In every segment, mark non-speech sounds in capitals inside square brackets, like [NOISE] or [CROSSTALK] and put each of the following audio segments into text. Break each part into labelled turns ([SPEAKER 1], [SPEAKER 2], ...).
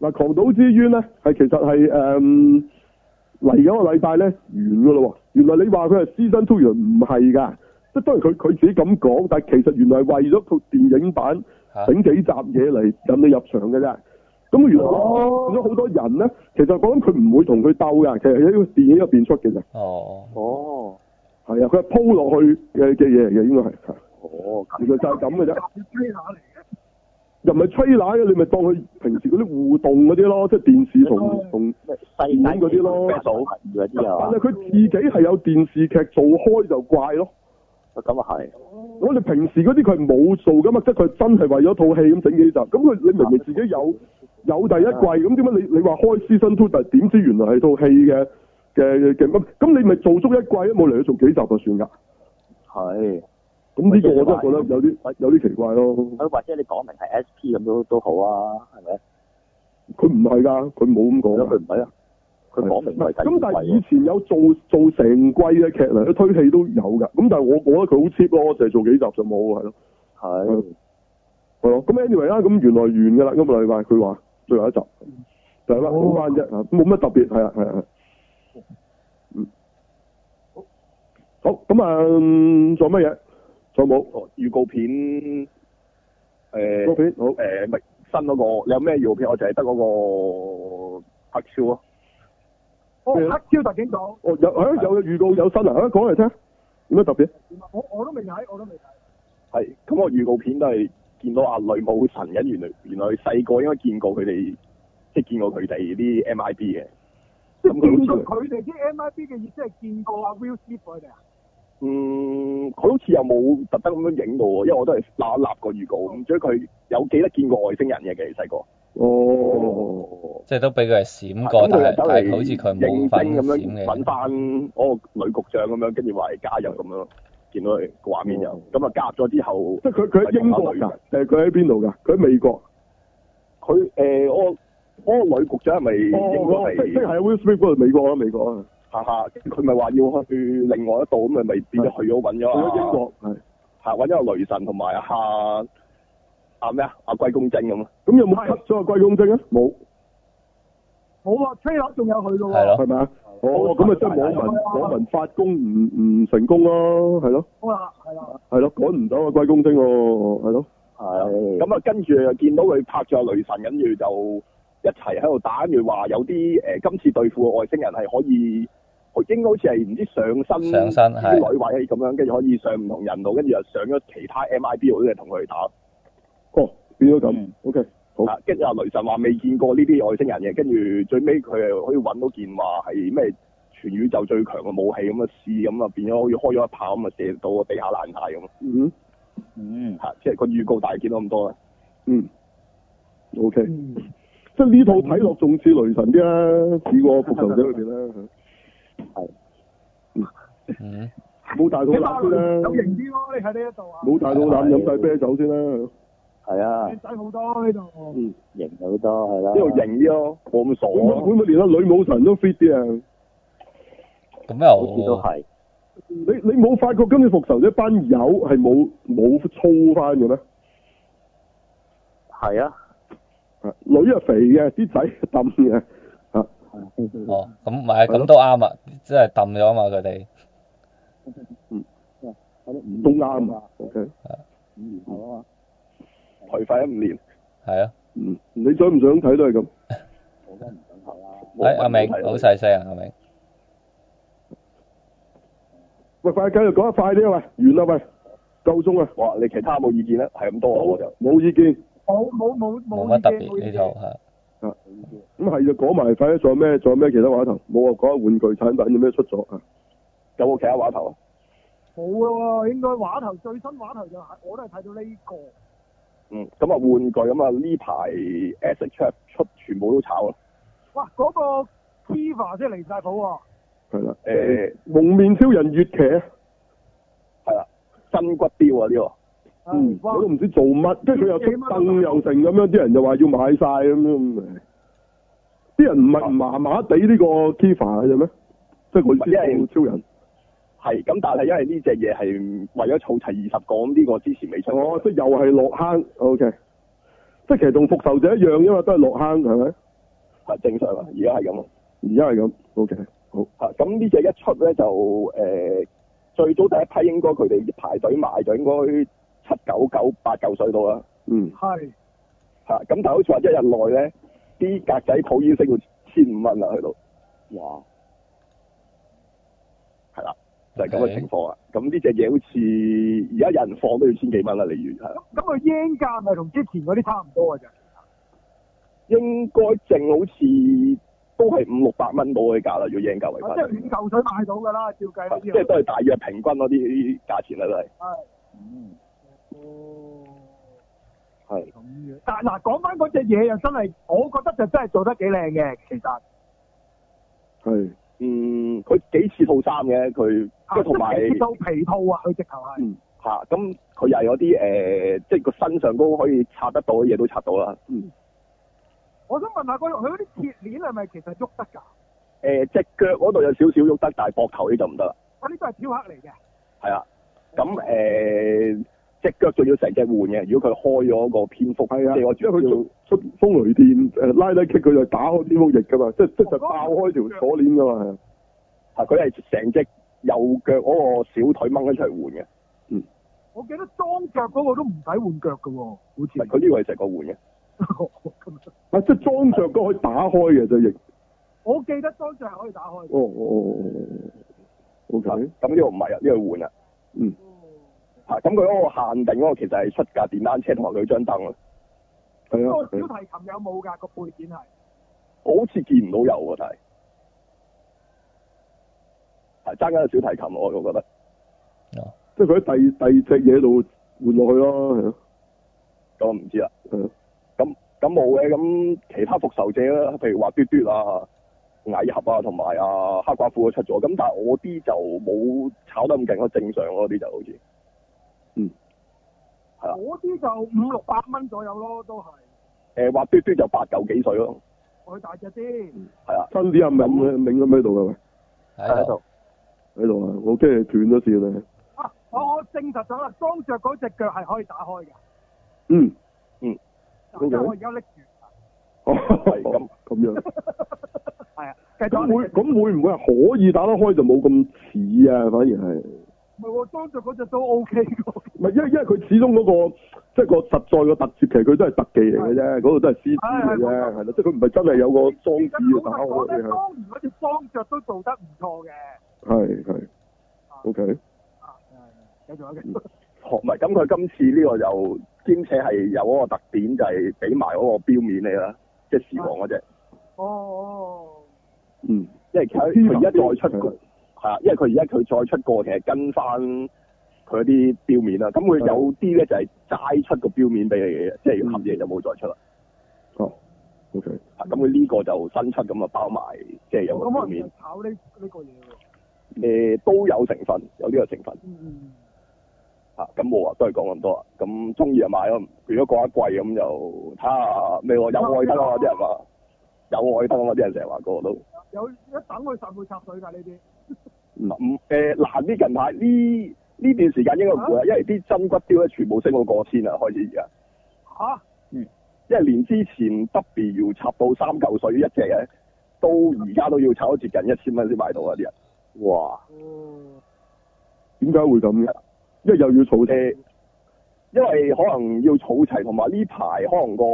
[SPEAKER 1] 嗱，狂賭之淵咧，係其實係誒嚟緊個禮拜咧完噶咯喎。原來你話佢係 season two，原來唔係㗎，即係當然佢佢自己咁講，但係其實原來係為咗套電影版
[SPEAKER 2] 嚇
[SPEAKER 1] 整幾集嘢嚟引你入場嘅啫。咁原來
[SPEAKER 3] 哦
[SPEAKER 1] 咗好多人咧，其實我諗佢唔會同佢鬥㗎，其實喺個電影入邊出嘅啫。
[SPEAKER 2] 哦，
[SPEAKER 3] 哦，
[SPEAKER 1] 係啊，佢係鋪落去嘅嘅嘢嚟嘅，應該係。係
[SPEAKER 3] 哦，
[SPEAKER 1] 其實就係咁嘅啫。
[SPEAKER 4] 吹下嚟嘅，
[SPEAKER 1] 又唔係吹奶啊嘅，你咪當佢平時嗰啲互動嗰啲咯，即係電視同同。
[SPEAKER 3] 細
[SPEAKER 1] 電影嗰啲咯
[SPEAKER 3] 數嗰啲
[SPEAKER 1] 但
[SPEAKER 3] 啊
[SPEAKER 1] 係，佢自己係有電視劇做開就怪咯。
[SPEAKER 3] 咁啊係，
[SPEAKER 1] 我哋平時嗰啲佢係冇做噶嘛，即係佢真係為咗套戲咁整幾集。咁佢你明明自己有有第一
[SPEAKER 3] 啊
[SPEAKER 1] 季，咁點解你你話開 season two，但係點知原來係套戲嘅嘅嘅乜？咁你咪做足一季都冇嚟去做幾集就算㗎。
[SPEAKER 3] 係，
[SPEAKER 1] 咁呢個我真係覺得有啲有啲奇怪咯。
[SPEAKER 3] 佢或者你講明係 SP 咁都都好啊，係咪？
[SPEAKER 1] 佢唔係㗎，佢冇咁
[SPEAKER 3] 咁
[SPEAKER 1] 講㗎
[SPEAKER 3] 佢。唔係啊，佢講明係啊
[SPEAKER 1] 咁但係以
[SPEAKER 3] 係
[SPEAKER 1] 前有做做成季嘅劇嚟，推戲都有㗎。咁但係我我覺得佢好 cheap 咯，就係做幾集就冇係咯，
[SPEAKER 3] 係
[SPEAKER 1] 係咯。咁 anyway 啦，咁原來完㗎啦，今個禮拜佢話最後一集就係啦，
[SPEAKER 4] 哦
[SPEAKER 1] 好翻啫，啊冇乜特別係啊係啊係啊。嗯，好咁啊，嗯仲有乜嘢？仲有冇？
[SPEAKER 3] 哦
[SPEAKER 5] 哦預告片
[SPEAKER 1] 嗰
[SPEAKER 5] 誒
[SPEAKER 1] 片好
[SPEAKER 5] 誒，咪新嗰個，你有咩預告片？我就係得嗰個黑超啊咯。
[SPEAKER 4] 我
[SPEAKER 1] 咩咧
[SPEAKER 4] 哦黑超特警黨，
[SPEAKER 1] 哦有啊有預告有新啊，啊講嚟聽，有乜特別？
[SPEAKER 4] 啊我我都未睇，我都未睇。
[SPEAKER 5] 係，咁我預告片都係見到阿女武神，跟原來原來細個應該見過佢哋，即係見過佢哋啲 MIB 嘅。
[SPEAKER 4] 即
[SPEAKER 5] 咁佢好
[SPEAKER 4] 係見
[SPEAKER 5] 似
[SPEAKER 4] 到佢哋啲 MIB 嘅意思係見過阿 Will Smith 佢哋啊？
[SPEAKER 5] 嗯，佢好似又冇特登咁樣影到喎，因為我都係立立個預告，唔知佢有記得見過外星人嘅，其實細個。
[SPEAKER 1] 哦，
[SPEAKER 2] 即係都俾佢係閃過，但係但係好似佢冇份
[SPEAKER 5] 咁
[SPEAKER 2] 閃
[SPEAKER 5] 樣揾
[SPEAKER 2] 嘅。
[SPEAKER 5] 翻嗰個女局長咁樣，跟住話係加入咁樣咯，見到佢個畫面又
[SPEAKER 2] 嗯
[SPEAKER 5] 咁啊加入咗之後，
[SPEAKER 1] 即係佢佢喺英國㗎，誒佢喺邊度㗎？佢喺美國。
[SPEAKER 5] 佢誒我嗰個女局長係咪應該
[SPEAKER 1] 哦，即即
[SPEAKER 5] 係
[SPEAKER 1] 係 Will Smith 嗰度美國啊，美國啊，
[SPEAKER 5] 下下佢咪話要去另外一度咁咪咪變咗去咗揾
[SPEAKER 1] 去
[SPEAKER 5] 咗啊
[SPEAKER 1] 咗英國係。
[SPEAKER 5] 嚇揾咗個雷神同埋阿阿咩啊阿龜公精咁咯，
[SPEAKER 1] 咁有冇 cut 咗個貴公證啊？冇，
[SPEAKER 4] 冇啊，trailer 仲有佢㗎喎。
[SPEAKER 2] 係咯
[SPEAKER 1] 係咪啊？哦，咁啊，即係網民網民發功唔唔成功咯，係咯，
[SPEAKER 4] 好啦，係啦，
[SPEAKER 1] 係咯，趕唔走啊貴公證喎，係咯，
[SPEAKER 3] 係，
[SPEAKER 5] 咁啊跟住又見到佢拍咗阿雷神，跟住就一齊喺度打，跟住話有啲誒、呃今次對付嘅外星人係可以。應該好似係唔知上身
[SPEAKER 2] 上身
[SPEAKER 5] 啲
[SPEAKER 2] 係
[SPEAKER 5] 女位咁樣，跟住可以上唔同人度，跟住又上咗其他 MIB 嗰啲同佢哋打。
[SPEAKER 1] 哦，變咗咁
[SPEAKER 3] 嗯
[SPEAKER 1] ，OK，好，
[SPEAKER 5] 啊，跟住阿雷神話未見過呢啲外星人嘅，跟住最尾佢係可以揾到件話係咩全宇宙最強嘅武器咁啊試咁啊變咗好似開咗一炮咁啊射到個地下爛晒咁，
[SPEAKER 1] 嗯
[SPEAKER 3] 嗯，
[SPEAKER 5] 嚇、即係個預告大見到咁多啦。啊
[SPEAKER 1] 嗯，OK，即係呢套睇落仲似雷神啲啦，似個復仇者裏邊啦，
[SPEAKER 2] 嗯，
[SPEAKER 1] 冇大肚
[SPEAKER 4] 起碼
[SPEAKER 1] 腩先啦，
[SPEAKER 4] 有型啲咯，你喺呢一度啊，
[SPEAKER 1] 冇大肚腩飲晒啤酒先啦，
[SPEAKER 3] 係啊，
[SPEAKER 4] 靚仔好多呢度。
[SPEAKER 3] 型好多係啦，
[SPEAKER 5] 呢度型啲咯，冇咁傻啊
[SPEAKER 1] 會唔會會
[SPEAKER 5] 咯。
[SPEAKER 1] 唔會連阿啊女武神都 fit 啲啊？
[SPEAKER 2] 咁
[SPEAKER 3] 好似都
[SPEAKER 2] 又
[SPEAKER 3] 係，
[SPEAKER 1] 你你冇發覺今次復仇者班友係冇冇粗翻嘅咩？
[SPEAKER 3] 係啊，
[SPEAKER 1] 啊女啊肥嘅，啲仔抌嘅，
[SPEAKER 2] 哦，咁唔係咁都啱啊，即係揼咗啊嘛佢哋。
[SPEAKER 1] 都啱啊。OK，
[SPEAKER 3] 五年後啊嘛，
[SPEAKER 5] 頹廢咗五年，
[SPEAKER 2] 係咯，
[SPEAKER 1] 嗯，你想唔想睇都係咁。
[SPEAKER 3] 我梗唔想睇啦，
[SPEAKER 5] 冇
[SPEAKER 2] 哎阿
[SPEAKER 5] 問
[SPEAKER 2] 明
[SPEAKER 5] 題
[SPEAKER 2] 好細聲啊，阿明
[SPEAKER 1] 喂，快繼續講得快啲啊！喂，完啦喂，夠鐘啊！
[SPEAKER 5] 哇！你其他有冇意見咧？係咁多啊我就。
[SPEAKER 1] 冇意見，
[SPEAKER 4] 冇冇冇
[SPEAKER 2] 冇
[SPEAKER 4] 冇
[SPEAKER 2] 乜
[SPEAKER 4] 意
[SPEAKER 2] 特
[SPEAKER 4] 見冇
[SPEAKER 2] 別呢
[SPEAKER 4] 意見
[SPEAKER 2] 套係。
[SPEAKER 1] 咁係就講埋快啲，仲有咩？仲有咩其他話頭？冇啊，講下玩具產品有咩出咗啊？
[SPEAKER 5] 有冇其他話頭啊？
[SPEAKER 4] 冇啊，應該畫頭最新畫頭就係我都係睇到呢個。
[SPEAKER 5] 嗯，咁啊玩具咁啊呢排 S H 出全部都炒啦。啊
[SPEAKER 4] 哇，嗰個 Kiva 真係離晒譜喎。
[SPEAKER 1] 係啦，
[SPEAKER 5] 誒
[SPEAKER 1] 蒙面超人月騎啊，
[SPEAKER 5] 係啦，真骨雕啊呢個。
[SPEAKER 1] 嗯，
[SPEAKER 4] 哇
[SPEAKER 1] 我都唔知做乜，即係佢又出凳又成咁樣，啲人就話要買晒咁樣。唉啲人唔係麻麻地呢個 Kiva 嘅咩？即係佢知道超人。
[SPEAKER 5] 係咁，但係因為呢隻嘢係為咗湊齊二十個，咁呢個之前未出。
[SPEAKER 1] 哦，即係又係落坑，OK。即係其實同復仇者一樣啫嘛，都係落坑，係咪？
[SPEAKER 5] 係正常啊，而家係咁啊。
[SPEAKER 1] 而家係咁，OK，
[SPEAKER 5] 嚇咁呢只一出咧就誒、呃最早第一批應該佢哋排隊買就應該七九九八嚿水到啦
[SPEAKER 1] 嗯，
[SPEAKER 4] 係
[SPEAKER 5] 嚇，咁但係好似話一日內咧啲格仔鋪已經升到千五蚊啦，去到
[SPEAKER 3] 哇！
[SPEAKER 5] 就係咁嘅情況啊。咁呢只嘢好似而家有人放都要千幾蚊啦，例如係啦
[SPEAKER 4] 咁佢 yen 價咪同之前嗰啲差唔多嘅啫。
[SPEAKER 5] 應該淨好似都係五六百蚊到嘅價啦，要應價為
[SPEAKER 4] 啊即係
[SPEAKER 5] 翻。
[SPEAKER 4] 五嚿水買到㗎啦，照計呢
[SPEAKER 5] 即
[SPEAKER 4] 啲
[SPEAKER 5] 係都係大約平均嗰啲價錢啦，都係。
[SPEAKER 3] 嗯，
[SPEAKER 4] 哦，
[SPEAKER 5] 係
[SPEAKER 4] 咁樣。但嗱，講翻嗰只嘢又真係，我覺得就真係做得幾靚嘅，其實。
[SPEAKER 1] 係
[SPEAKER 5] 嗯，佢幾次套衫嘅佢，即係同埋
[SPEAKER 4] 啊即係套皮套啊，佢直頭係。
[SPEAKER 5] 嚇，咁佢又有啲誒、呃即係個身上高可以拆得到嘅嘢都拆到啦。
[SPEAKER 4] 我想問下嗰佢嗰啲鐵鏈係咪其實喐得㗎？
[SPEAKER 5] 誒、隻腳嗰度有少少喐得，但係膊頭呢就唔得啦。
[SPEAKER 4] 嗰啲都係雕刻嚟嘅。
[SPEAKER 5] 係啦，咁誒、呃、隻腳仲要成隻換嘅，如果佢開咗個蝙蝠，
[SPEAKER 1] 係啊，
[SPEAKER 5] 即係我
[SPEAKER 1] 因為佢
[SPEAKER 5] 仲
[SPEAKER 1] 出出風雷電誒拉拉 kick 佢就打開蝙蝠翼㗎嘛，即
[SPEAKER 5] 哦
[SPEAKER 1] 即就爆開條鎖鏈㗎嘛，係啊
[SPEAKER 5] 要係佢係成隻右腳嗰個小腿掹咗出嚟換嘅，
[SPEAKER 4] 我記得裝腳嗰個都唔使換腳㗎喎，
[SPEAKER 5] 唔係
[SPEAKER 4] 好
[SPEAKER 5] 佢呢個係成個換嘅。
[SPEAKER 4] 似。
[SPEAKER 1] 啊即裝着嗰個可以打開嘅隻翼，
[SPEAKER 4] 我記得裝腳係可以打開嘅。
[SPEAKER 1] 哦哦哦哦哦
[SPEAKER 5] 嚇
[SPEAKER 1] ，OK，
[SPEAKER 5] 咁呢個唔係啊，呢個換啊。
[SPEAKER 1] 嗯，
[SPEAKER 5] 嚇，咁佢嗰個限定嗰個其實係出架電單車同埋佢張凳啊。
[SPEAKER 1] 係
[SPEAKER 4] 嗰
[SPEAKER 1] 啊
[SPEAKER 5] 哦
[SPEAKER 4] 個
[SPEAKER 1] 係啊，
[SPEAKER 4] 小提琴有冇㗎？個配件係。
[SPEAKER 5] 我好似見唔到有喎，但係係啊爭緊個小提琴我我覺得
[SPEAKER 1] 即佢喺第第二隻嘢度換落去咯，係啊，
[SPEAKER 5] 咁我唔知啦。
[SPEAKER 1] 嗯
[SPEAKER 5] 咁咁冇嘅，咁其他復仇者啦，譬如話嘟嘟啊、蟻俠啊，同埋啊黑寡婦都出咗，咁但係我啲就冇炒得咁勁咯，正常嗰啲就好似係啊
[SPEAKER 4] 嗰啲就五六百蚊左右咯，都係。
[SPEAKER 5] 誒話嘟嘟就八嚿幾水咯，
[SPEAKER 4] 我大隻啲。
[SPEAKER 5] 係啊，
[SPEAKER 1] 新啲阿銘咧，銘咁喺度㗎
[SPEAKER 2] 喺
[SPEAKER 3] 度
[SPEAKER 2] 度，
[SPEAKER 1] 喂，喺度啊，我驚佢斷咗線啊，
[SPEAKER 4] 啊，我我證實咗啦，裝着嗰只腳係可以打開嘅，
[SPEAKER 1] 嗯，
[SPEAKER 4] 但係我而家拎住。
[SPEAKER 1] 哦
[SPEAKER 5] 係咁
[SPEAKER 1] [LAUGHS] 咁樣。
[SPEAKER 5] [LAUGHS]
[SPEAKER 4] 係啊，繼續啊。
[SPEAKER 1] 咁會
[SPEAKER 4] 你繼續
[SPEAKER 1] 咁會唔會係可以打得開就冇咁似啊？反而係，
[SPEAKER 4] 唔係喎，裝着嗰只都 O K 嘅。
[SPEAKER 1] 唔係因為因為佢始終嗰、個即係個實在個特攝其實佢都係特技嚟嘅啫，嗰度都係 C G 嚟
[SPEAKER 4] 係
[SPEAKER 1] 啫，
[SPEAKER 4] 係
[SPEAKER 1] 係啦，即係佢唔係真係有個裝置
[SPEAKER 4] 其實
[SPEAKER 1] 打
[SPEAKER 4] 老實講
[SPEAKER 1] 開
[SPEAKER 4] 咧，
[SPEAKER 1] 嘅，
[SPEAKER 4] 當年嗰只裝着都做得唔錯嘅。
[SPEAKER 1] 係係，OK，
[SPEAKER 4] 啊，繼續啊，繼
[SPEAKER 1] [LAUGHS]
[SPEAKER 4] 續。
[SPEAKER 5] 哦唔係咁佢今次呢個又兼且係有嗰個特點就係俾埋嗰個表面你啦，即係時王嗰隻，
[SPEAKER 4] 哦哦，
[SPEAKER 1] 嗯，
[SPEAKER 5] 因為佢佢而家再出個係啊啊，因為佢而家佢再出個其實跟翻佢啲表面啦，咁佢有啲咧就係齋出個表面俾你嘅，即係合嘢就冇再出啦。
[SPEAKER 1] 哦，OK，
[SPEAKER 5] 啊咁佢呢個就新出咁啊，包埋即係有個
[SPEAKER 4] 咁可
[SPEAKER 5] 表
[SPEAKER 4] 能
[SPEAKER 5] 面
[SPEAKER 4] 就，炒呢呢個嘢喎。
[SPEAKER 5] 誒、都有成分，有呢個成分
[SPEAKER 4] 嗯
[SPEAKER 5] 啊。咁冇啊，都係講咁多啊。咁中意就買咯，如果覺得貴咁就睇下咩喎，有愛得啊嘛啲人話，有愛得啊嘛啲人成日話個個都
[SPEAKER 4] 嗯，有一等佢實會插水㗎呢啲。
[SPEAKER 5] 唔誒、難啲近排呢呢段時間應該唔會啊，因為啲真骨雕咧全部升到過千啦，啊開始而家。
[SPEAKER 4] 嚇，
[SPEAKER 5] 因為連之前 W 插到三嚿水一隻嘅，到而家都要炒接近一千蚊先買到啊啲人。
[SPEAKER 3] 哇！
[SPEAKER 4] 哦，
[SPEAKER 1] 點解會咁嘅？因為又要儲
[SPEAKER 5] 誒、
[SPEAKER 1] 車，
[SPEAKER 5] 呃因為可能要儲齊，同埋呢排可能個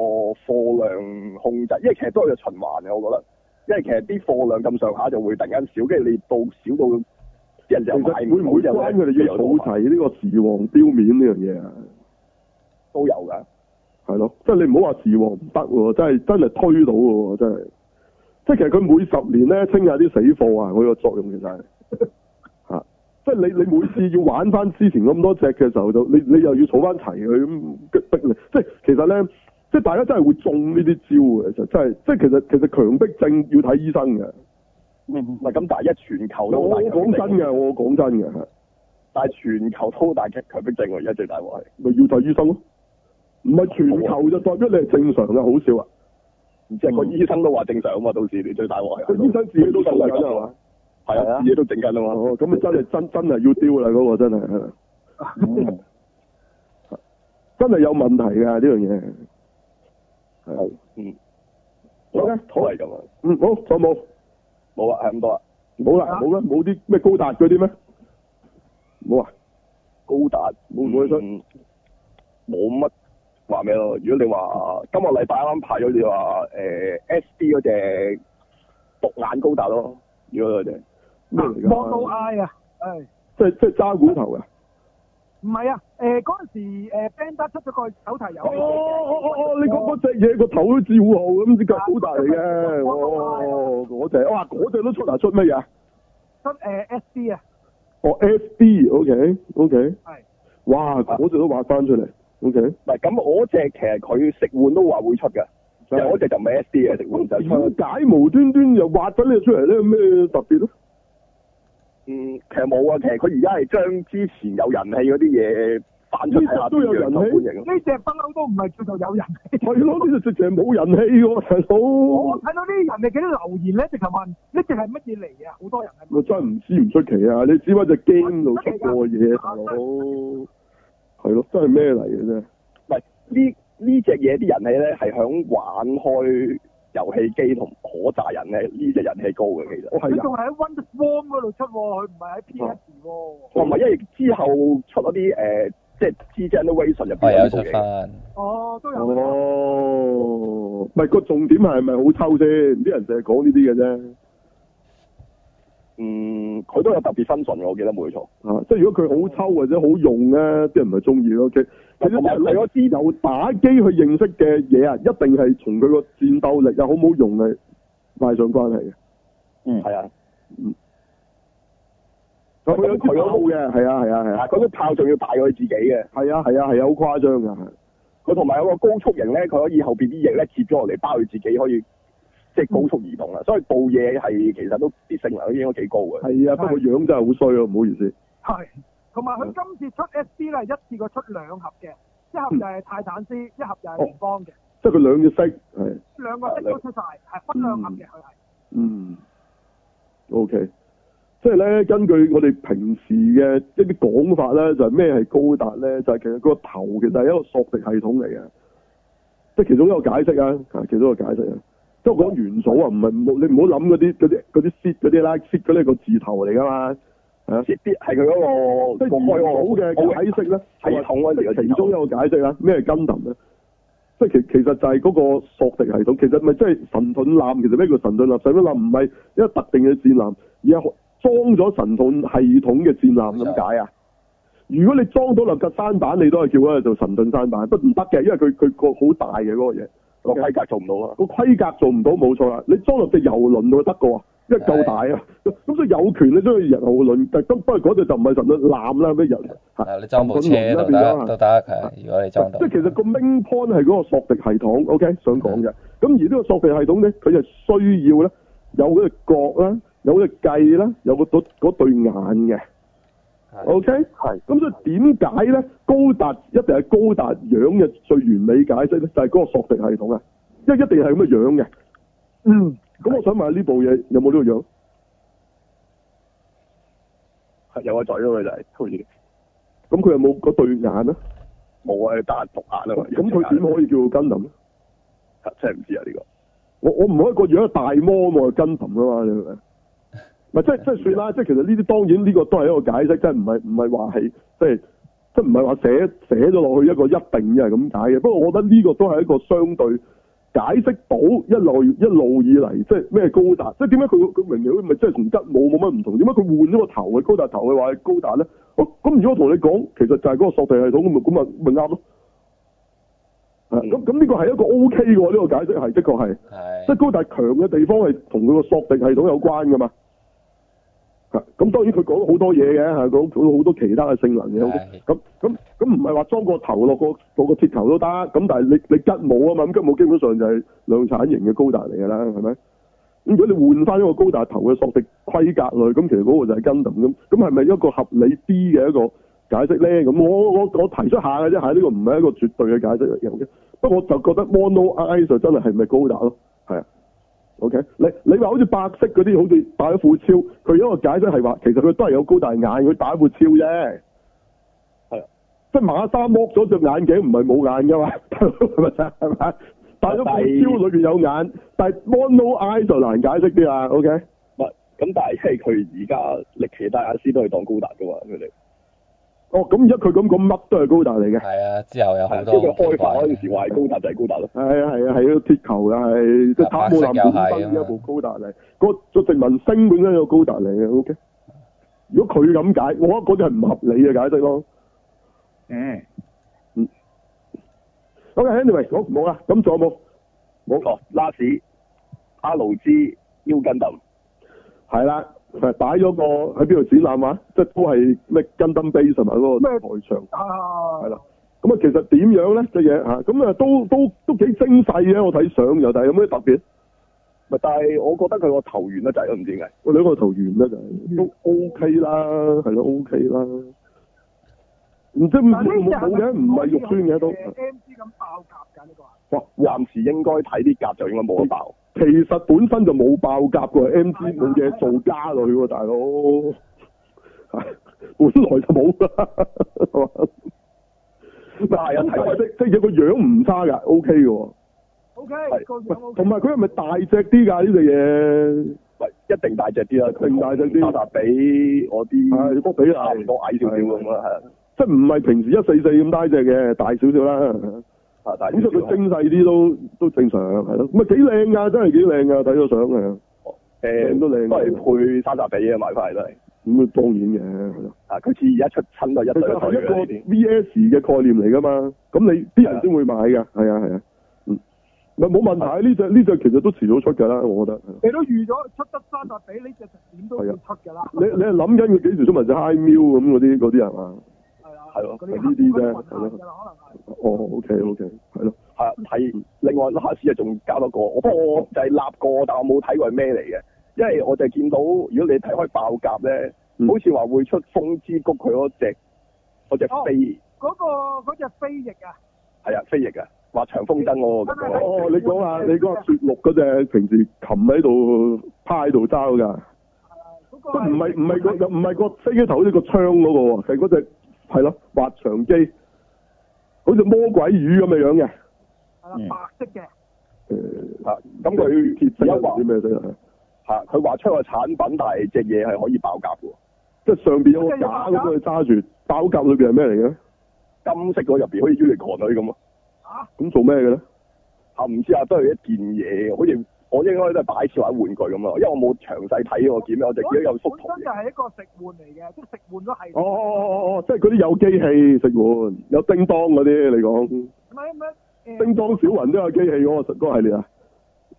[SPEAKER 5] 貨量控制，因為其實都有個循環嘅，我覺得。因為其實啲貨量咁上下就會突然間少，跟住你到少到啲人
[SPEAKER 1] 其
[SPEAKER 5] 就買
[SPEAKER 1] 實會唔會
[SPEAKER 5] 到
[SPEAKER 1] 關佢哋
[SPEAKER 4] 啊
[SPEAKER 1] 要儲
[SPEAKER 5] 儲齊
[SPEAKER 1] 齊呢個時王表面呢樣嘢啊？
[SPEAKER 5] 都有㗎。
[SPEAKER 1] 係咯，即係你唔好話時王唔得喎，真係真係推到嘅喎，真係。即係其實佢每十年咧清下啲死貨啊，佢個作用其實係 [LAUGHS] 嚇、即係你你每次要玩翻之前咁多隻嘅時候，就你你又要儲翻齊佢咁逼你，即係其實咧，即係大家真係會中呢啲招嘅，其實真係，即係其實其實強迫症要睇醫生嘅。
[SPEAKER 5] 唔係咁，但係一全球
[SPEAKER 1] 我
[SPEAKER 5] 都好
[SPEAKER 1] 嗯我
[SPEAKER 5] 大強迫
[SPEAKER 1] 講
[SPEAKER 5] 症
[SPEAKER 1] 真嘅，，我講真嘅，係
[SPEAKER 5] 但係全球都好大嘅強迫症喎，而家最大鑊係。
[SPEAKER 1] 咪要睇醫生咯？唔係全球就代表你係正常嘅，好少啊。
[SPEAKER 5] 唔知係個醫生都話正常啊嘛，到時你最大鑊係
[SPEAKER 1] 嗯個醫生自己都受緊係嘛？
[SPEAKER 5] 係
[SPEAKER 3] 係
[SPEAKER 5] 啊，
[SPEAKER 3] 啊
[SPEAKER 5] 自己都整緊啊嘛。
[SPEAKER 1] 哦，咁啊真係真真係要丟啦，嗰、個真係係
[SPEAKER 3] 嗯
[SPEAKER 1] 真係有問題㗎呢樣嘢。係
[SPEAKER 5] 嗯，
[SPEAKER 1] 好嘅
[SPEAKER 5] 好係咁啊，
[SPEAKER 1] 嗯，好，仲有冇？
[SPEAKER 5] 冇啊啦，係咁多啦。
[SPEAKER 1] 冇啦，冇啦，冇啲咩高達嗰啲咩？冇啊，
[SPEAKER 5] 高達
[SPEAKER 1] 會唔會想
[SPEAKER 5] 嗯冇乜話咩咯？如果你話今個禮拜啱啱排咗，你話誒 S D 嗰只獨眼高達咯，如果嗰只
[SPEAKER 1] 咩嚟
[SPEAKER 4] 望到
[SPEAKER 1] 㗎？
[SPEAKER 4] 嗌啊！唉，
[SPEAKER 1] 即係即係揸股頭啊！
[SPEAKER 4] 唔係啊，誒嗰陣時誒 Band 出咗個手提
[SPEAKER 1] 哦
[SPEAKER 4] 遊
[SPEAKER 1] 哦哦哦！你講嗰只嘢個頭都照號咁，隻腳高達嚟嘅。哦，嗰只，哇，嗰只都出嚟出乜嘢啊？
[SPEAKER 4] 出誒 S D 啊，
[SPEAKER 1] 哦，S D，OK OK，
[SPEAKER 4] 係
[SPEAKER 1] 哇，嗰只都畫翻出嚟，OK。
[SPEAKER 5] 唔係咁，我只其實佢食換都話會出嘅，即係我只就唔係 S D 嘅食換就
[SPEAKER 1] 點
[SPEAKER 5] 出。
[SPEAKER 1] 解無端端又畫咗呢個出嚟咧？有咩特別咧？
[SPEAKER 5] 嗯，其實冇啊，其實佢而家係將之前有人氣嗰啲嘢翻出嚟
[SPEAKER 1] 呢
[SPEAKER 5] 下，
[SPEAKER 1] 集都有人氣
[SPEAKER 5] 邊樣受歡迎咯。
[SPEAKER 4] 呢只不嬲都唔係叫做有人氣。
[SPEAKER 1] 係咯，呢度直情係冇人氣喎，大佬
[SPEAKER 4] 我。睇到啲人哋嗰啲留言咧，直頭問呢隻係乜嘢嚟啊？好多人係
[SPEAKER 1] 我真係唔知唔出奇啊！你只不過隻 game 度出過
[SPEAKER 4] [LAUGHS]
[SPEAKER 1] 嘢，大佬。係咯，真係咩嚟嘅啫？
[SPEAKER 5] 唔係呢呢只嘢啲人氣咧係響玩開遊戲機同可炸人咧，呢只人氣高嘅其實。
[SPEAKER 1] 我
[SPEAKER 4] 佢
[SPEAKER 1] 係啊，
[SPEAKER 4] 仲係喺 Windows Form 嗰度出喎，佢唔係喺 PS 喎。
[SPEAKER 5] 我唔係因為之後出嗰啲誒，即係 G Generation 入
[SPEAKER 2] 我
[SPEAKER 5] 邊
[SPEAKER 2] 有
[SPEAKER 5] 有
[SPEAKER 2] 啊出
[SPEAKER 5] 部嘢，
[SPEAKER 2] 翻，
[SPEAKER 4] 哦，都有。
[SPEAKER 1] 哦，唔係個重點係咪好抽先？啲人成日講呢啲嘅啫。
[SPEAKER 5] 嗯，佢都有特別分順嘅，我記得冇錯。
[SPEAKER 1] 啊，即係如果佢好抽或者好用咧，啲人咪中意咯。其其實
[SPEAKER 5] 同埋
[SPEAKER 1] 啲人
[SPEAKER 5] 佢嗰
[SPEAKER 1] 知由打機去認識嘅嘢啊，一定係從佢個戰鬥力啊好唔好用係帶上關係嘅。
[SPEAKER 3] 嗯，
[SPEAKER 5] [LAUGHS] 係啊，
[SPEAKER 1] 咁佢有佢有嘅，係啊係啊係
[SPEAKER 5] 係
[SPEAKER 1] 啊
[SPEAKER 5] 啊，嗰啲炮仲要大過佢自己嘅，
[SPEAKER 1] 係啊係啊係啊，好誇張㗎。係
[SPEAKER 5] 佢同埋有個高速型咧，佢可以後邊啲翼咧接咗落嚟包佢自己可以即係高速移動啊，所以部嘢係其實都啲性能都應該幾高嘅。
[SPEAKER 1] 係啊，不過樣真係好衰啊，唔好意思。
[SPEAKER 4] 係，同埋佢今次出 SD 咧，一次過出兩盒嘅，一盒就係泰坦斯，一盒就係聯邦嘅，
[SPEAKER 1] 即係佢兩隻色係，
[SPEAKER 4] 兩個色都出晒，係分兩盒嘅佢係。
[SPEAKER 1] 嗯，OK。即係咧，根據我哋平時嘅一啲講法咧，就係咩係高達咧，就係、其實個頭其實係一個索敵系統嚟嘅，即係其中一個解釋啊，啊其中一個解釋啊，即係我講元素啊，唔係唔好你唔好諗嗰啲嗰啲嗰啲 sit 嗰啲啦，sit 嗰啲係個字頭嚟噶嘛，係啊，
[SPEAKER 5] 接啲係佢嗰
[SPEAKER 1] 即
[SPEAKER 5] 個
[SPEAKER 1] 係元素
[SPEAKER 5] 個開
[SPEAKER 1] 嘅
[SPEAKER 5] 嗰個
[SPEAKER 1] 解釋咧，
[SPEAKER 5] 系統嗰
[SPEAKER 1] 即
[SPEAKER 5] 陣
[SPEAKER 1] 係
[SPEAKER 5] 時
[SPEAKER 1] 其中一個解釋啦，咩係 Gundam 咧？啊即係其其實就係嗰個索敵系統，其實咪即係神盾艦。其實咩叫神盾艦？神盾艦唔係一個特定嘅戰艦，而係裝咗神盾系統嘅戰艦
[SPEAKER 2] 冇錯
[SPEAKER 1] 咁解啊！如果你裝到落架舢板，你都係叫佢做神盾舢板，不唔得嘅，因為佢佢個好大嘅嗰個嘢，
[SPEAKER 5] 個規格做唔到啊。
[SPEAKER 1] 個規格做唔到冇錯啦。你裝落隻遊輪度就得嘅喎，因為夠大啊。咁所以有權你將佢遊輪，但不過嗰隻就唔係神盾艦啦，咩人嚇
[SPEAKER 2] 啊你裝部
[SPEAKER 1] 神盾輪
[SPEAKER 2] 車
[SPEAKER 1] 啦
[SPEAKER 2] 都
[SPEAKER 1] 變咗
[SPEAKER 2] 得
[SPEAKER 1] 啊
[SPEAKER 2] 都得，係如果你裝到
[SPEAKER 1] 即係，其實個 main point 係嗰個索敵系統，OK 想講嘅。咁而呢個索敵系統咧，佢就需要咧有嗰隻角啦，有嗰隻計啦，有個嗰嗰對眼嘅
[SPEAKER 2] 係
[SPEAKER 1] ，OK。
[SPEAKER 3] 係
[SPEAKER 1] 咁所以點解咧高達一定係高達樣嘅最完美解釋咧，就係、嗰個索敵系統啊，因為一定係咁嘅樣嘅。
[SPEAKER 4] 嗯，
[SPEAKER 1] 咁我想問下呢部嘢有冇呢個樣？
[SPEAKER 5] 係有個嘴咯，佢就係好似
[SPEAKER 1] 咁佢有冇嗰對眼啊？
[SPEAKER 5] 冇啊，佢單獨眼啊嘛。
[SPEAKER 1] 咁佢點可以叫做根林咧？
[SPEAKER 5] 真係唔知啊呢個。
[SPEAKER 1] 我我唔可以個樣係大魔我係跟同噶嘛，你明唔明？唔係即係即係算啦，即係其實呢啲當然呢個都係一個解釋，即係唔係唔係話係即係即係唔係話寫寫咗落去一個一定係咁解嘅。不過我覺得呢個都係一個相對解釋到一路一路以嚟即係咩高達，即係點解佢佢明明咪即係同吉姆冇乜唔同？點解佢換咗個頭嘅高達頭嘅話係高達咧？哦咁如果我同你講，其實就係嗰個索地系統咁咪咁咪咪啱咯。啊咁咁呢個係一個 O K 嘅喎，呢個解釋係的確係。即係
[SPEAKER 2] 係
[SPEAKER 1] 高達強嘅地方係同佢個索敵系統有關噶嘛。嚇咁當然佢講咗好多嘢嘅，係講講好多其他嘅性能嘅。
[SPEAKER 2] 係
[SPEAKER 1] 咁咁咁唔係話裝個頭落個落個鐵球都得，咁但係你你吉姆啊嘛，咁吉姆基本上就係量產型嘅高達嚟㗎啦，係咪？咁如果你換翻一個高達頭嘅索敵規格類，咁其實嗰個就係 Gundam 咁，咁係咪一個合理啲嘅一個解釋咧？咁我我我提出下嘅啫，係呢個唔係一個絕對嘅解釋嚟嘅。不過我就覺得 Mono Eyes 就真係係咪高達咯？係啊，OK 你。你話好似白色嗰啲，好似打咗副超，佢有一個解釋係話，其實佢都係有高大眼，佢打副超啫。
[SPEAKER 5] 係啊，
[SPEAKER 1] 即係馬沙剝咗隻眼鏡，唔係冇眼噶嘛，係咪先係咪？但係個副招裏邊有眼，但係 mono eye 就難解釋啲啦。OK，
[SPEAKER 5] 唔咁，但係因為佢而家力奇戴亞斯都係當高達噶嘛，佢哋
[SPEAKER 1] 哦，咁而家佢咁講乜都係高達嚟嘅。
[SPEAKER 2] 係啊，之後有
[SPEAKER 5] 係
[SPEAKER 2] 好
[SPEAKER 5] 啊
[SPEAKER 2] 多
[SPEAKER 5] 因為佢開發嗰陣時話係高達就係高達咯。
[SPEAKER 1] 係啊係啊係啊，鐵球啊係，即係塔姆林本身呢一部高達嚟，個個殖民星本身有高達嚟嘅，OK。如果佢咁解，我覺得嗰啲係唔合理嘅解釋咯。
[SPEAKER 6] 嗯，
[SPEAKER 1] OK，anyway，好冇啦，咁仲有冇？
[SPEAKER 5] 冇錯，拉士、阿勞茲、腰筋揼，
[SPEAKER 1] 係啦，係擺咗個喺邊度展覽啊？即係都係咩 Gundam Base 同埋嗰個台場。
[SPEAKER 4] 啊，
[SPEAKER 1] 係啦，咁啊，其實點樣咧隻嘢嚇？咁啊，都都都幾精細嘅，我睇相又，但係有咩特別？
[SPEAKER 5] 咪但係我覺得佢個頭圓得滯咯，唔知點解。
[SPEAKER 1] 我兩個頭圓咧就係都 OK 啦，係咯 OK 啦。唔知冇
[SPEAKER 4] 但呢隻係
[SPEAKER 1] 冇
[SPEAKER 4] 咪
[SPEAKER 1] 嘅，唔係肉酸嘅都。
[SPEAKER 4] M C 咁爆夾㗎呢個係，
[SPEAKER 1] 哇！
[SPEAKER 5] 暫時應該睇啲甲就應該冇得爆。
[SPEAKER 1] 其實本身就冇爆夾嘅，M G 冇嘢做加女喎，大佬。 [LAUGHS] 係本來就冇啦，係嘛？但係睇即即係個樣唔差㗎，OK 嘅喎。
[SPEAKER 4] O
[SPEAKER 5] 係
[SPEAKER 4] K 個
[SPEAKER 1] 喂
[SPEAKER 4] 樣 O K，
[SPEAKER 1] 同埋佢係咪大隻啲㗎？呢隻
[SPEAKER 5] 喂，一定大隻啲啦，佢
[SPEAKER 1] 一定大隻啲
[SPEAKER 5] 同達達比我
[SPEAKER 1] 嘢係
[SPEAKER 5] 啲
[SPEAKER 1] 個比
[SPEAKER 5] 嗯差唔
[SPEAKER 1] 例
[SPEAKER 5] 多，矮少少咁啦，係啊
[SPEAKER 1] 即係唔係平時一四四咁大隻嘅，大少少啦。
[SPEAKER 5] 啊，大少
[SPEAKER 1] 咁
[SPEAKER 5] 少
[SPEAKER 1] 所以佢精細啲都都正常係咯。咁啊幾靚㗎，真係幾靚㗎，睇咗相嗯係。
[SPEAKER 5] 誒
[SPEAKER 1] 靚都靚
[SPEAKER 5] 都係配沙達比嘅買翻嚟都係。
[SPEAKER 1] 咁啊當然嘅，係咯。
[SPEAKER 5] 啊，佢似而家出親都係一
[SPEAKER 1] 其
[SPEAKER 5] 對
[SPEAKER 1] 實係
[SPEAKER 5] 一對嘅呢
[SPEAKER 1] 一
[SPEAKER 5] 啲
[SPEAKER 1] 個 V S 嘅概念嚟㗎嘛。咁你啲人先會買㗎，係啊係啊。嗯，咪冇問
[SPEAKER 5] 啊
[SPEAKER 1] 題。呢只呢只其實都遲早出㗎啦，我覺得。
[SPEAKER 4] 你都預咗出得三達比呢只點都要出㗎啦，
[SPEAKER 1] 你你係諗緊佢幾時出埋只 High Mill 咁嗰啲嗰啲係嘛？
[SPEAKER 4] 係啊，
[SPEAKER 5] 係咯
[SPEAKER 4] 嗰啲
[SPEAKER 1] 呢啲啫
[SPEAKER 4] 嗰啲雲下㗎啦，可能係。
[SPEAKER 1] 哦，OK OK，係咯。
[SPEAKER 5] 係啊睇另外拉斯啊，仲加多個，我不過
[SPEAKER 1] 嗯
[SPEAKER 5] 我就係立過，但我冇睇過係咩嚟嘅，因為我就係見到如果你睇開爆甲咧，
[SPEAKER 1] 嗯
[SPEAKER 5] 好似話會出風之谷佢嗰隻嗰隻
[SPEAKER 4] 哦
[SPEAKER 5] 飛
[SPEAKER 4] 嗰個嗰只飛翼啊，
[SPEAKER 5] 係啊飛翼啊，話長風箏嗰個
[SPEAKER 4] 真係
[SPEAKER 5] 嗰個
[SPEAKER 1] 哦，你講下，你講下雪鹿嗰只平時擒喺度趴喺度揸㗎。即係
[SPEAKER 4] 嗰個
[SPEAKER 1] 唔係唔係個唔係個飛機頭好似個槍嗰個喎，係嗰只係咯滑翔機，好似魔鬼魚咁嘅樣嘅。
[SPEAKER 4] 係啦白色嘅，
[SPEAKER 1] 誒，
[SPEAKER 5] 啊咁佢
[SPEAKER 1] 鐵
[SPEAKER 5] 而
[SPEAKER 1] 色
[SPEAKER 5] 家
[SPEAKER 1] 又唔
[SPEAKER 5] 話
[SPEAKER 1] 知咩色啊？
[SPEAKER 5] 嚇佢話出個產品，但係隻嘢係可以爆甲嘅喎。
[SPEAKER 1] 即係上邊有個架咁佢揸住，爆夾裏邊係咩嚟嘅咧？
[SPEAKER 5] 金色嗰入邊好似 unicorn 嗰啲咁咯，
[SPEAKER 4] 啊
[SPEAKER 1] 咁做咩嘅咧？
[SPEAKER 5] 啊唔知啊，都係一件嘢，好似我應該都係擺設或者玩具咁啊咯，因為我冇詳細睇我件咩，我就見到有縮圖
[SPEAKER 4] 本身就係一個食玩嚟嘅，即係食玩都係。
[SPEAKER 1] 哦哦哦哦哦，即係嗰啲有機器食碗，有叮當嗰啲你講，
[SPEAKER 4] 唔係唔係誒，
[SPEAKER 1] 叮當小雲都有機器嗰個嗰個系列啊？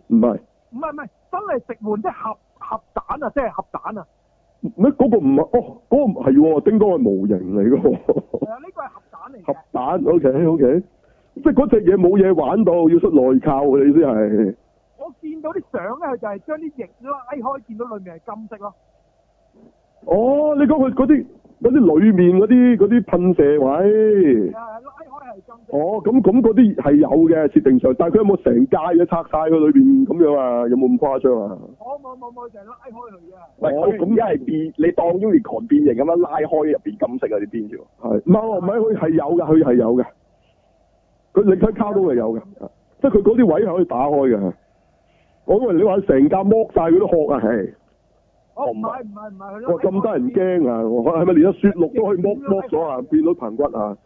[SPEAKER 1] 唔係，
[SPEAKER 4] 唔係唔係，真係食玩即係盒盒蛋啊，即係盒蛋啊。
[SPEAKER 1] 咩嗰個唔係？哦，嗰個唔係喎，叮當係模型嚟嘅喎。
[SPEAKER 4] 係啊，呢個係盒蛋嚟
[SPEAKER 1] 合
[SPEAKER 4] 嘅。
[SPEAKER 1] 蛋，OK OK，即係嗰只嘢冇嘢玩到，要出內靠你先係。
[SPEAKER 4] 我見到啲相咧，佢就係將啲翼拉開，見到裡面係金色咯。
[SPEAKER 1] 哦，你講佢嗰啲嗰啲裏面嗰啲嗰啲噴射位
[SPEAKER 4] 誒，，拉開係金色。
[SPEAKER 1] 哦，咁咁嗰啲係有嘅設定上，但係佢有冇成架嘢拆晒佢裏邊咁樣啊？有冇咁誇張啊？
[SPEAKER 4] 冇冇冇冇，就係拉開佢啫。
[SPEAKER 5] 喂，
[SPEAKER 1] 哦
[SPEAKER 5] 佢而家係變，你當 unicorn 變形咁樣拉開入邊金色嗰啲邊條，
[SPEAKER 1] 係，唔係唔係，佢係有嘅，佢係有嘅。佢你睇卡通係有嘅，即係佢嗰啲位係可以打開嘅。我以為你話成架剝晒佢啲殼啊，係。
[SPEAKER 4] 哦，唔係唔係唔係，佢
[SPEAKER 1] 哇！咁得人驚啊！我係咪連咗雪鹿都可以剝剝咗啊？變到棚骨啊？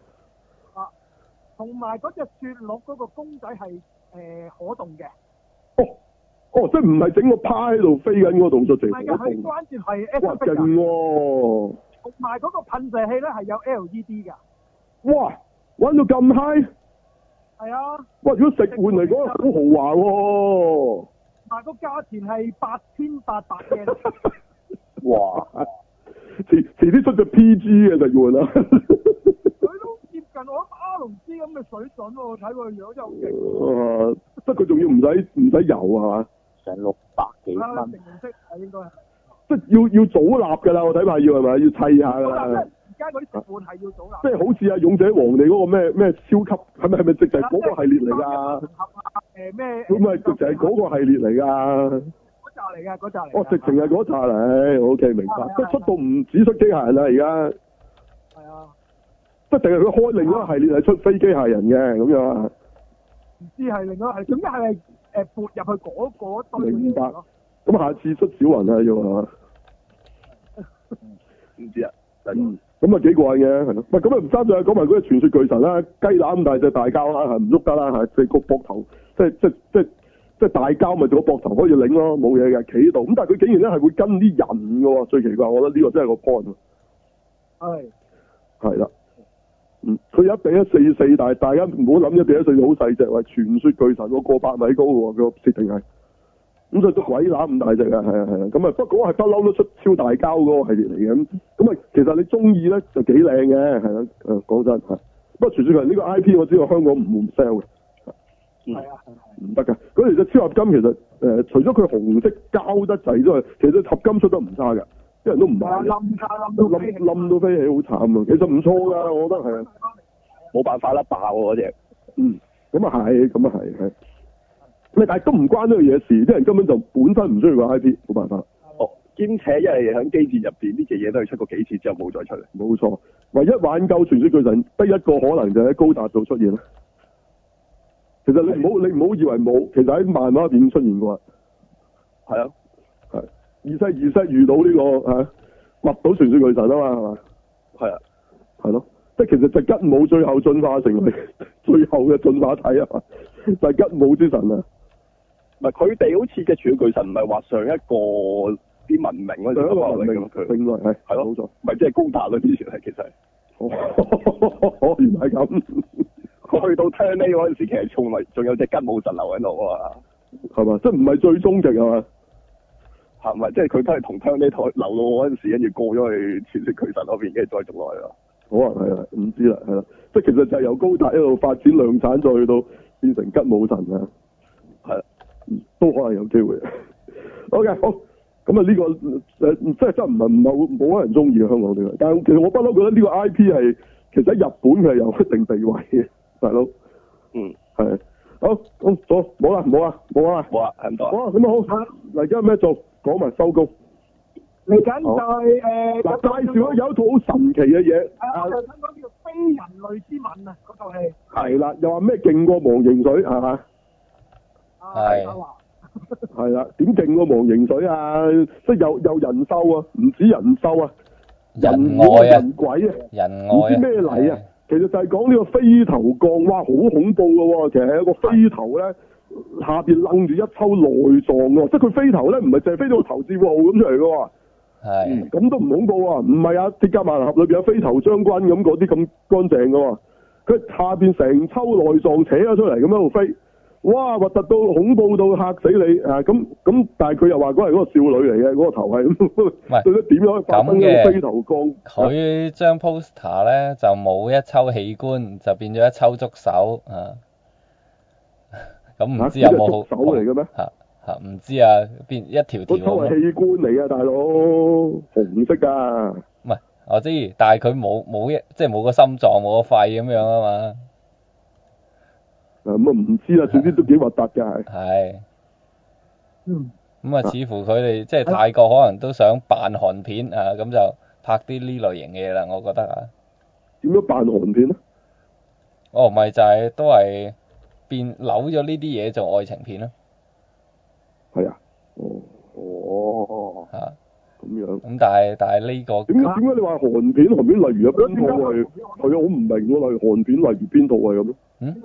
[SPEAKER 4] 同埋嗰只雪鹿嗰個公仔係誒可動嘅，
[SPEAKER 1] 哦哦，即係唔係整個趴喺度飛緊嗰個動作
[SPEAKER 4] 唔
[SPEAKER 1] 直
[SPEAKER 4] 係嘅，佢
[SPEAKER 1] 情
[SPEAKER 4] 關鍵係
[SPEAKER 1] 哇
[SPEAKER 4] S
[SPEAKER 1] 勁
[SPEAKER 4] F
[SPEAKER 1] 喎！
[SPEAKER 4] 同埋嗰個噴射器咧係有 L E D 㗎，
[SPEAKER 1] 哇！玩到咁 high，
[SPEAKER 4] 係啊，
[SPEAKER 1] 哇！如果食換嚟講好豪華喎、 [LAUGHS]
[SPEAKER 4] 但係個價錢係八千八百嘅，
[SPEAKER 5] 哇！
[SPEAKER 1] 遲遲啲出隻 PG 嘅食換啊啦，
[SPEAKER 4] 佢都接近我諗阿龍斯咁嘅水準喎，睇佢個樣真係好勁，
[SPEAKER 1] [LAUGHS] 啊即係佢仲要唔使唔使油啊係嘛？
[SPEAKER 3] 成六百幾
[SPEAKER 4] 啊
[SPEAKER 3] 蚊，
[SPEAKER 4] 成紅色係應該係，
[SPEAKER 1] 即係要要組立㗎啦，我睇怕要係咪要砌下㗎
[SPEAKER 4] 好啦，即
[SPEAKER 1] 啦
[SPEAKER 4] 係？而家嗰啲食換係要組啦
[SPEAKER 1] 即，係好似啊勇者皇帝嗰個咩咩超級係咪係咪直就係嗰個系列嚟㗎？
[SPEAKER 4] 合啊誒咩？
[SPEAKER 1] 咁咪直情係嗰個系列嚟
[SPEAKER 4] 啊
[SPEAKER 1] 㗎。
[SPEAKER 4] 嗰扎嚟嘅，嗰扎嚟㗎。
[SPEAKER 1] 哦，直情係嗰扎嚟。O K，明白
[SPEAKER 4] 係啊。
[SPEAKER 1] 即係出到唔止出機械人啦，而家
[SPEAKER 4] 係啊。
[SPEAKER 1] 即係定係佢開另一個系列係出飛機械人嘅咁樣啊？
[SPEAKER 4] 唔知係另外係，總之係誒撥入去嗰嗰堆
[SPEAKER 1] 明
[SPEAKER 4] 嘢
[SPEAKER 1] 白
[SPEAKER 4] 咯。
[SPEAKER 1] 咁下次出小雲啊要係嘛？
[SPEAKER 5] 唔知啊，真係
[SPEAKER 1] 嗯咁啊幾過癮嘅，係咯。喂，咁啊唔爭再講埋嗰隻傳說巨神啦，雞乸咁大隻大膠啦，係唔喐得啦，係即係個膊頭，即係即係即係即係大膠咪個膊頭可以擰咯，冇嘢嘅，企喺度。咁但係佢竟然咧係會跟啲人嘅喎，最奇怪，我覺得呢個真係個 point 喎。
[SPEAKER 4] 係
[SPEAKER 1] 係啦，嗯，佢有一比一四四，但係大家唔好諗一比一四四好細隻，喂，傳說巨神喎，過百米高喎，佢個設定係，咁所以都鬼乸咁大隻啊，係啊係啊，咁啊不過係不嬲都出超大膠嗰個系列嚟嘅，咁咁啊其實你中意咧就幾靚嘅，係啦，誒講真係，不過傳說巨人呢個 I P 我知道香港唔會 sell 嘅，
[SPEAKER 4] 係啊，
[SPEAKER 1] 唔得嘅，咁其實超合金其實誒、呃除咗佢紅色膠得滯之外，其實合金出得唔差嘅，啲人都唔買嘅，
[SPEAKER 4] 係冧架冧到
[SPEAKER 1] 冧冧到飛起好慘啊，其實唔錯㗎，我覺得係啊。
[SPEAKER 5] 冇辦法啦，爆啊喎嗰只。
[SPEAKER 1] 嗯，咁啊係，咁啊係，係。咩？但係都唔關呢樣嘢事，啲人根本就本身唔需要個 I P，冇辦法，
[SPEAKER 5] 哦，兼且因為喺機戰入邊呢隻嘢都係出過幾次之後冇再出嚟。
[SPEAKER 1] 冇錯。唯一挽救傳說巨神得一個可能就喺高達度出現啦。其實你唔好你唔好以為冇，其實喺漫畫入邊出現過。
[SPEAKER 5] 係啊，
[SPEAKER 1] 係二世二世遇到呢、個啊，密到傳說巨神啊嘛，係嘛？
[SPEAKER 5] 係啊，
[SPEAKER 1] 係咯，即係其實就吉姆最後進化成為 [LAUGHS] 最後嘅進化體啊嘛，就係、吉姆之神啊。
[SPEAKER 5] 唔係佢哋好似嘅柱巨神唔係話上一個啲文明嗰
[SPEAKER 1] 上
[SPEAKER 5] 陣時
[SPEAKER 1] 一個
[SPEAKER 5] 攞
[SPEAKER 1] 文
[SPEAKER 5] 嚟
[SPEAKER 1] 明
[SPEAKER 5] 㗎嘛佢
[SPEAKER 1] 另外係
[SPEAKER 5] 係咯
[SPEAKER 1] 冇錯。
[SPEAKER 5] 咪即係高達啦之前係其實係。
[SPEAKER 1] 哦，原來係咁，
[SPEAKER 5] 佢去到 turn A 嗰陣時，其實仲咪仲有隻吉姆神留喺度啊嘛，
[SPEAKER 1] 係嘛？即係唔係最終極係嘛？
[SPEAKER 5] 係咪？即係佢都係同 turn A 台流到嗰陣時，跟住過咗去傳説巨神嗰邊，跟住再續落去啊咯。
[SPEAKER 1] 可能係啦，唔知啦，係啦。即係其實就係由高達一路發展量產，再去到變成吉姆神啊，
[SPEAKER 5] 係
[SPEAKER 1] 嗯都可能有機會。OK，好。咁啊，呢個誒即係真係唔係唔係好冇乜人中意香港呢個，但係其實我不嬲覺得呢個 I P 係其實喺日本佢係有一定地位嘅，大佬
[SPEAKER 5] 嗯，
[SPEAKER 1] 係好咁好冇啦冇啦冇啦，
[SPEAKER 5] 好啊，係咁
[SPEAKER 1] 好啊
[SPEAKER 5] 多啊。
[SPEAKER 1] 咁啊好，嚟緊有咩做講埋收工。
[SPEAKER 4] 嚟緊就係誒
[SPEAKER 1] 嗱，介紹咗有一套好神奇嘅嘢，
[SPEAKER 4] 啊！我就想講叫《非人類之吻》啊，嗰套戲
[SPEAKER 1] 係啦，又話咩勁過忘形水係嘛？
[SPEAKER 4] 啊，
[SPEAKER 2] 係
[SPEAKER 4] 阿華
[SPEAKER 1] 係啦，點勁過忘形水啊？即係又又人獸啊，唔止人獸啊，
[SPEAKER 2] 人
[SPEAKER 1] 妖
[SPEAKER 2] 愛啊
[SPEAKER 1] 人，鬼啊，
[SPEAKER 2] 人
[SPEAKER 1] 唔
[SPEAKER 2] 愛
[SPEAKER 1] 知
[SPEAKER 2] 啊，
[SPEAKER 1] 咩嚟啊？其實就係講呢個飛頭降，哇，好恐怖噶喎！其實係一個飛頭咧，下邊楞住一抽內臟喎，即係佢飛頭咧，唔係淨係飛到個頭至號咁出嚟噶喎。
[SPEAKER 2] 係，
[SPEAKER 1] 咁都唔恐怖啊！唔係啊，鐵甲萬能俠裏邊有飛頭將軍咁嗰啲咁乾淨噶喎，佢下邊成抽內臟扯咗出嚟咁喺度飛，哇！核突到恐怖到嚇死你啊！咁咁，但係佢又話嗰係嗰個少女嚟嘅，嗰、個頭係咁，
[SPEAKER 2] 係
[SPEAKER 1] [LAUGHS] 到底點樣可以發生呢
[SPEAKER 2] 咁嘅
[SPEAKER 1] 個飛頭降？
[SPEAKER 2] 佢張 poster 咧就冇一抽器官，就變咗一抽觸手啊。 [LAUGHS] 咁
[SPEAKER 1] 啊
[SPEAKER 2] 唔知有冇
[SPEAKER 1] 呢隻觸手嚟嘅咩
[SPEAKER 2] 好？嚇嚇唔知啊，邊一條條
[SPEAKER 1] 嗰抽
[SPEAKER 2] 咁啊
[SPEAKER 1] 係器官嚟啊，大佬，紅色㗎，
[SPEAKER 2] 唔係我知，但係佢冇冇一即係冇個心臟冇個肺咁樣啊嘛，
[SPEAKER 1] 啊咁啊唔知啦，總之都幾核突㗎係。
[SPEAKER 2] 係
[SPEAKER 4] 嗯，
[SPEAKER 2] 咁啊，
[SPEAKER 1] 啊
[SPEAKER 2] 似乎佢哋即係泰國可能都想扮韓片啊，咁就拍啲呢類型嘅嘢啦，我覺得啊，
[SPEAKER 1] 點樣扮韓片咧？啊
[SPEAKER 2] 哦咪就係都係變扭咗呢啲嘢做愛情片咯
[SPEAKER 1] 係啊，哦，
[SPEAKER 5] 哦，
[SPEAKER 2] 嚇，
[SPEAKER 1] 咁樣。
[SPEAKER 2] 啊咁但係但係呢個
[SPEAKER 1] 點
[SPEAKER 5] 啊
[SPEAKER 1] 解點解你話韓片韓片例如有邊套
[SPEAKER 5] 嗯
[SPEAKER 1] 係係啊？我唔明喎，例如韓片例如邊套係咁咧？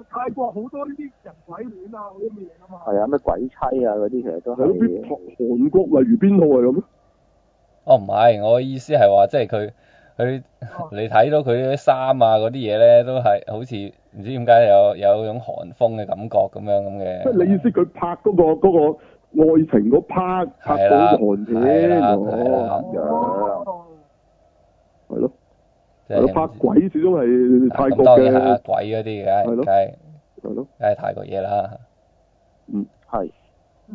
[SPEAKER 4] 泰國好多呢啲人鬼戀啊，嗰啲咩嘢啊嘛。
[SPEAKER 3] 係啊，咩鬼妻啊嗰啲其實都
[SPEAKER 1] 係咯，邊
[SPEAKER 3] 係。
[SPEAKER 1] 韓國例如邊套係咁咧？
[SPEAKER 2] 哦，唔係，我意思係話，即係佢佢
[SPEAKER 1] 哦
[SPEAKER 2] [LAUGHS] 你睇到佢啲衫啊嗰啲嘢咧，都係好似唔知點解有有種韓風嘅感覺咁樣咁嘅。
[SPEAKER 1] 即係你意思佢拍嗰個嗰個愛情嗰 part 拍到好似韓
[SPEAKER 2] 係
[SPEAKER 1] 片
[SPEAKER 2] 啦係啦
[SPEAKER 1] 哦，
[SPEAKER 4] 哦
[SPEAKER 1] 係咯，
[SPEAKER 2] 即
[SPEAKER 1] 係
[SPEAKER 2] 係啊
[SPEAKER 1] 咯，拍鬼始終係泰
[SPEAKER 2] 咁
[SPEAKER 1] 國
[SPEAKER 2] 當然係啊
[SPEAKER 1] 嘅，
[SPEAKER 2] 鬼嗰啲嘅，
[SPEAKER 1] 係
[SPEAKER 2] 梗係
[SPEAKER 1] 咯
[SPEAKER 2] 梗係
[SPEAKER 1] 係咯。
[SPEAKER 2] 梗係泰國嘢啦。
[SPEAKER 3] 係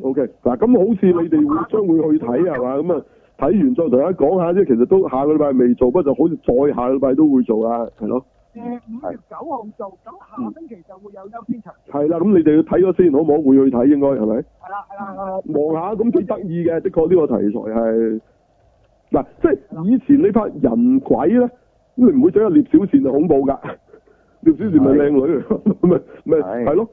[SPEAKER 1] O K，嗱咁好似你哋會將會去
[SPEAKER 2] [LAUGHS]
[SPEAKER 1] 睇係嘛？咁啊睇完再同大家講下啫。其實都下個禮拜未做，不過就好似再下個禮拜都會做啦，係咯。
[SPEAKER 4] 誒五月九號做，咁下星期就會有優先場。
[SPEAKER 1] 係啦，咁你哋要睇咗先，好唔好？會去睇應該係咪？
[SPEAKER 4] 係啦係啦係啦。
[SPEAKER 1] 望下咁幾得意嘅，的確呢個題材係嗱，即係以前你拍人鬼咧，咁你唔 [LAUGHS] 會整個聂小倩就恐怖㗎，聂小倩咪靚女，咪咪
[SPEAKER 3] 係
[SPEAKER 1] 係咯，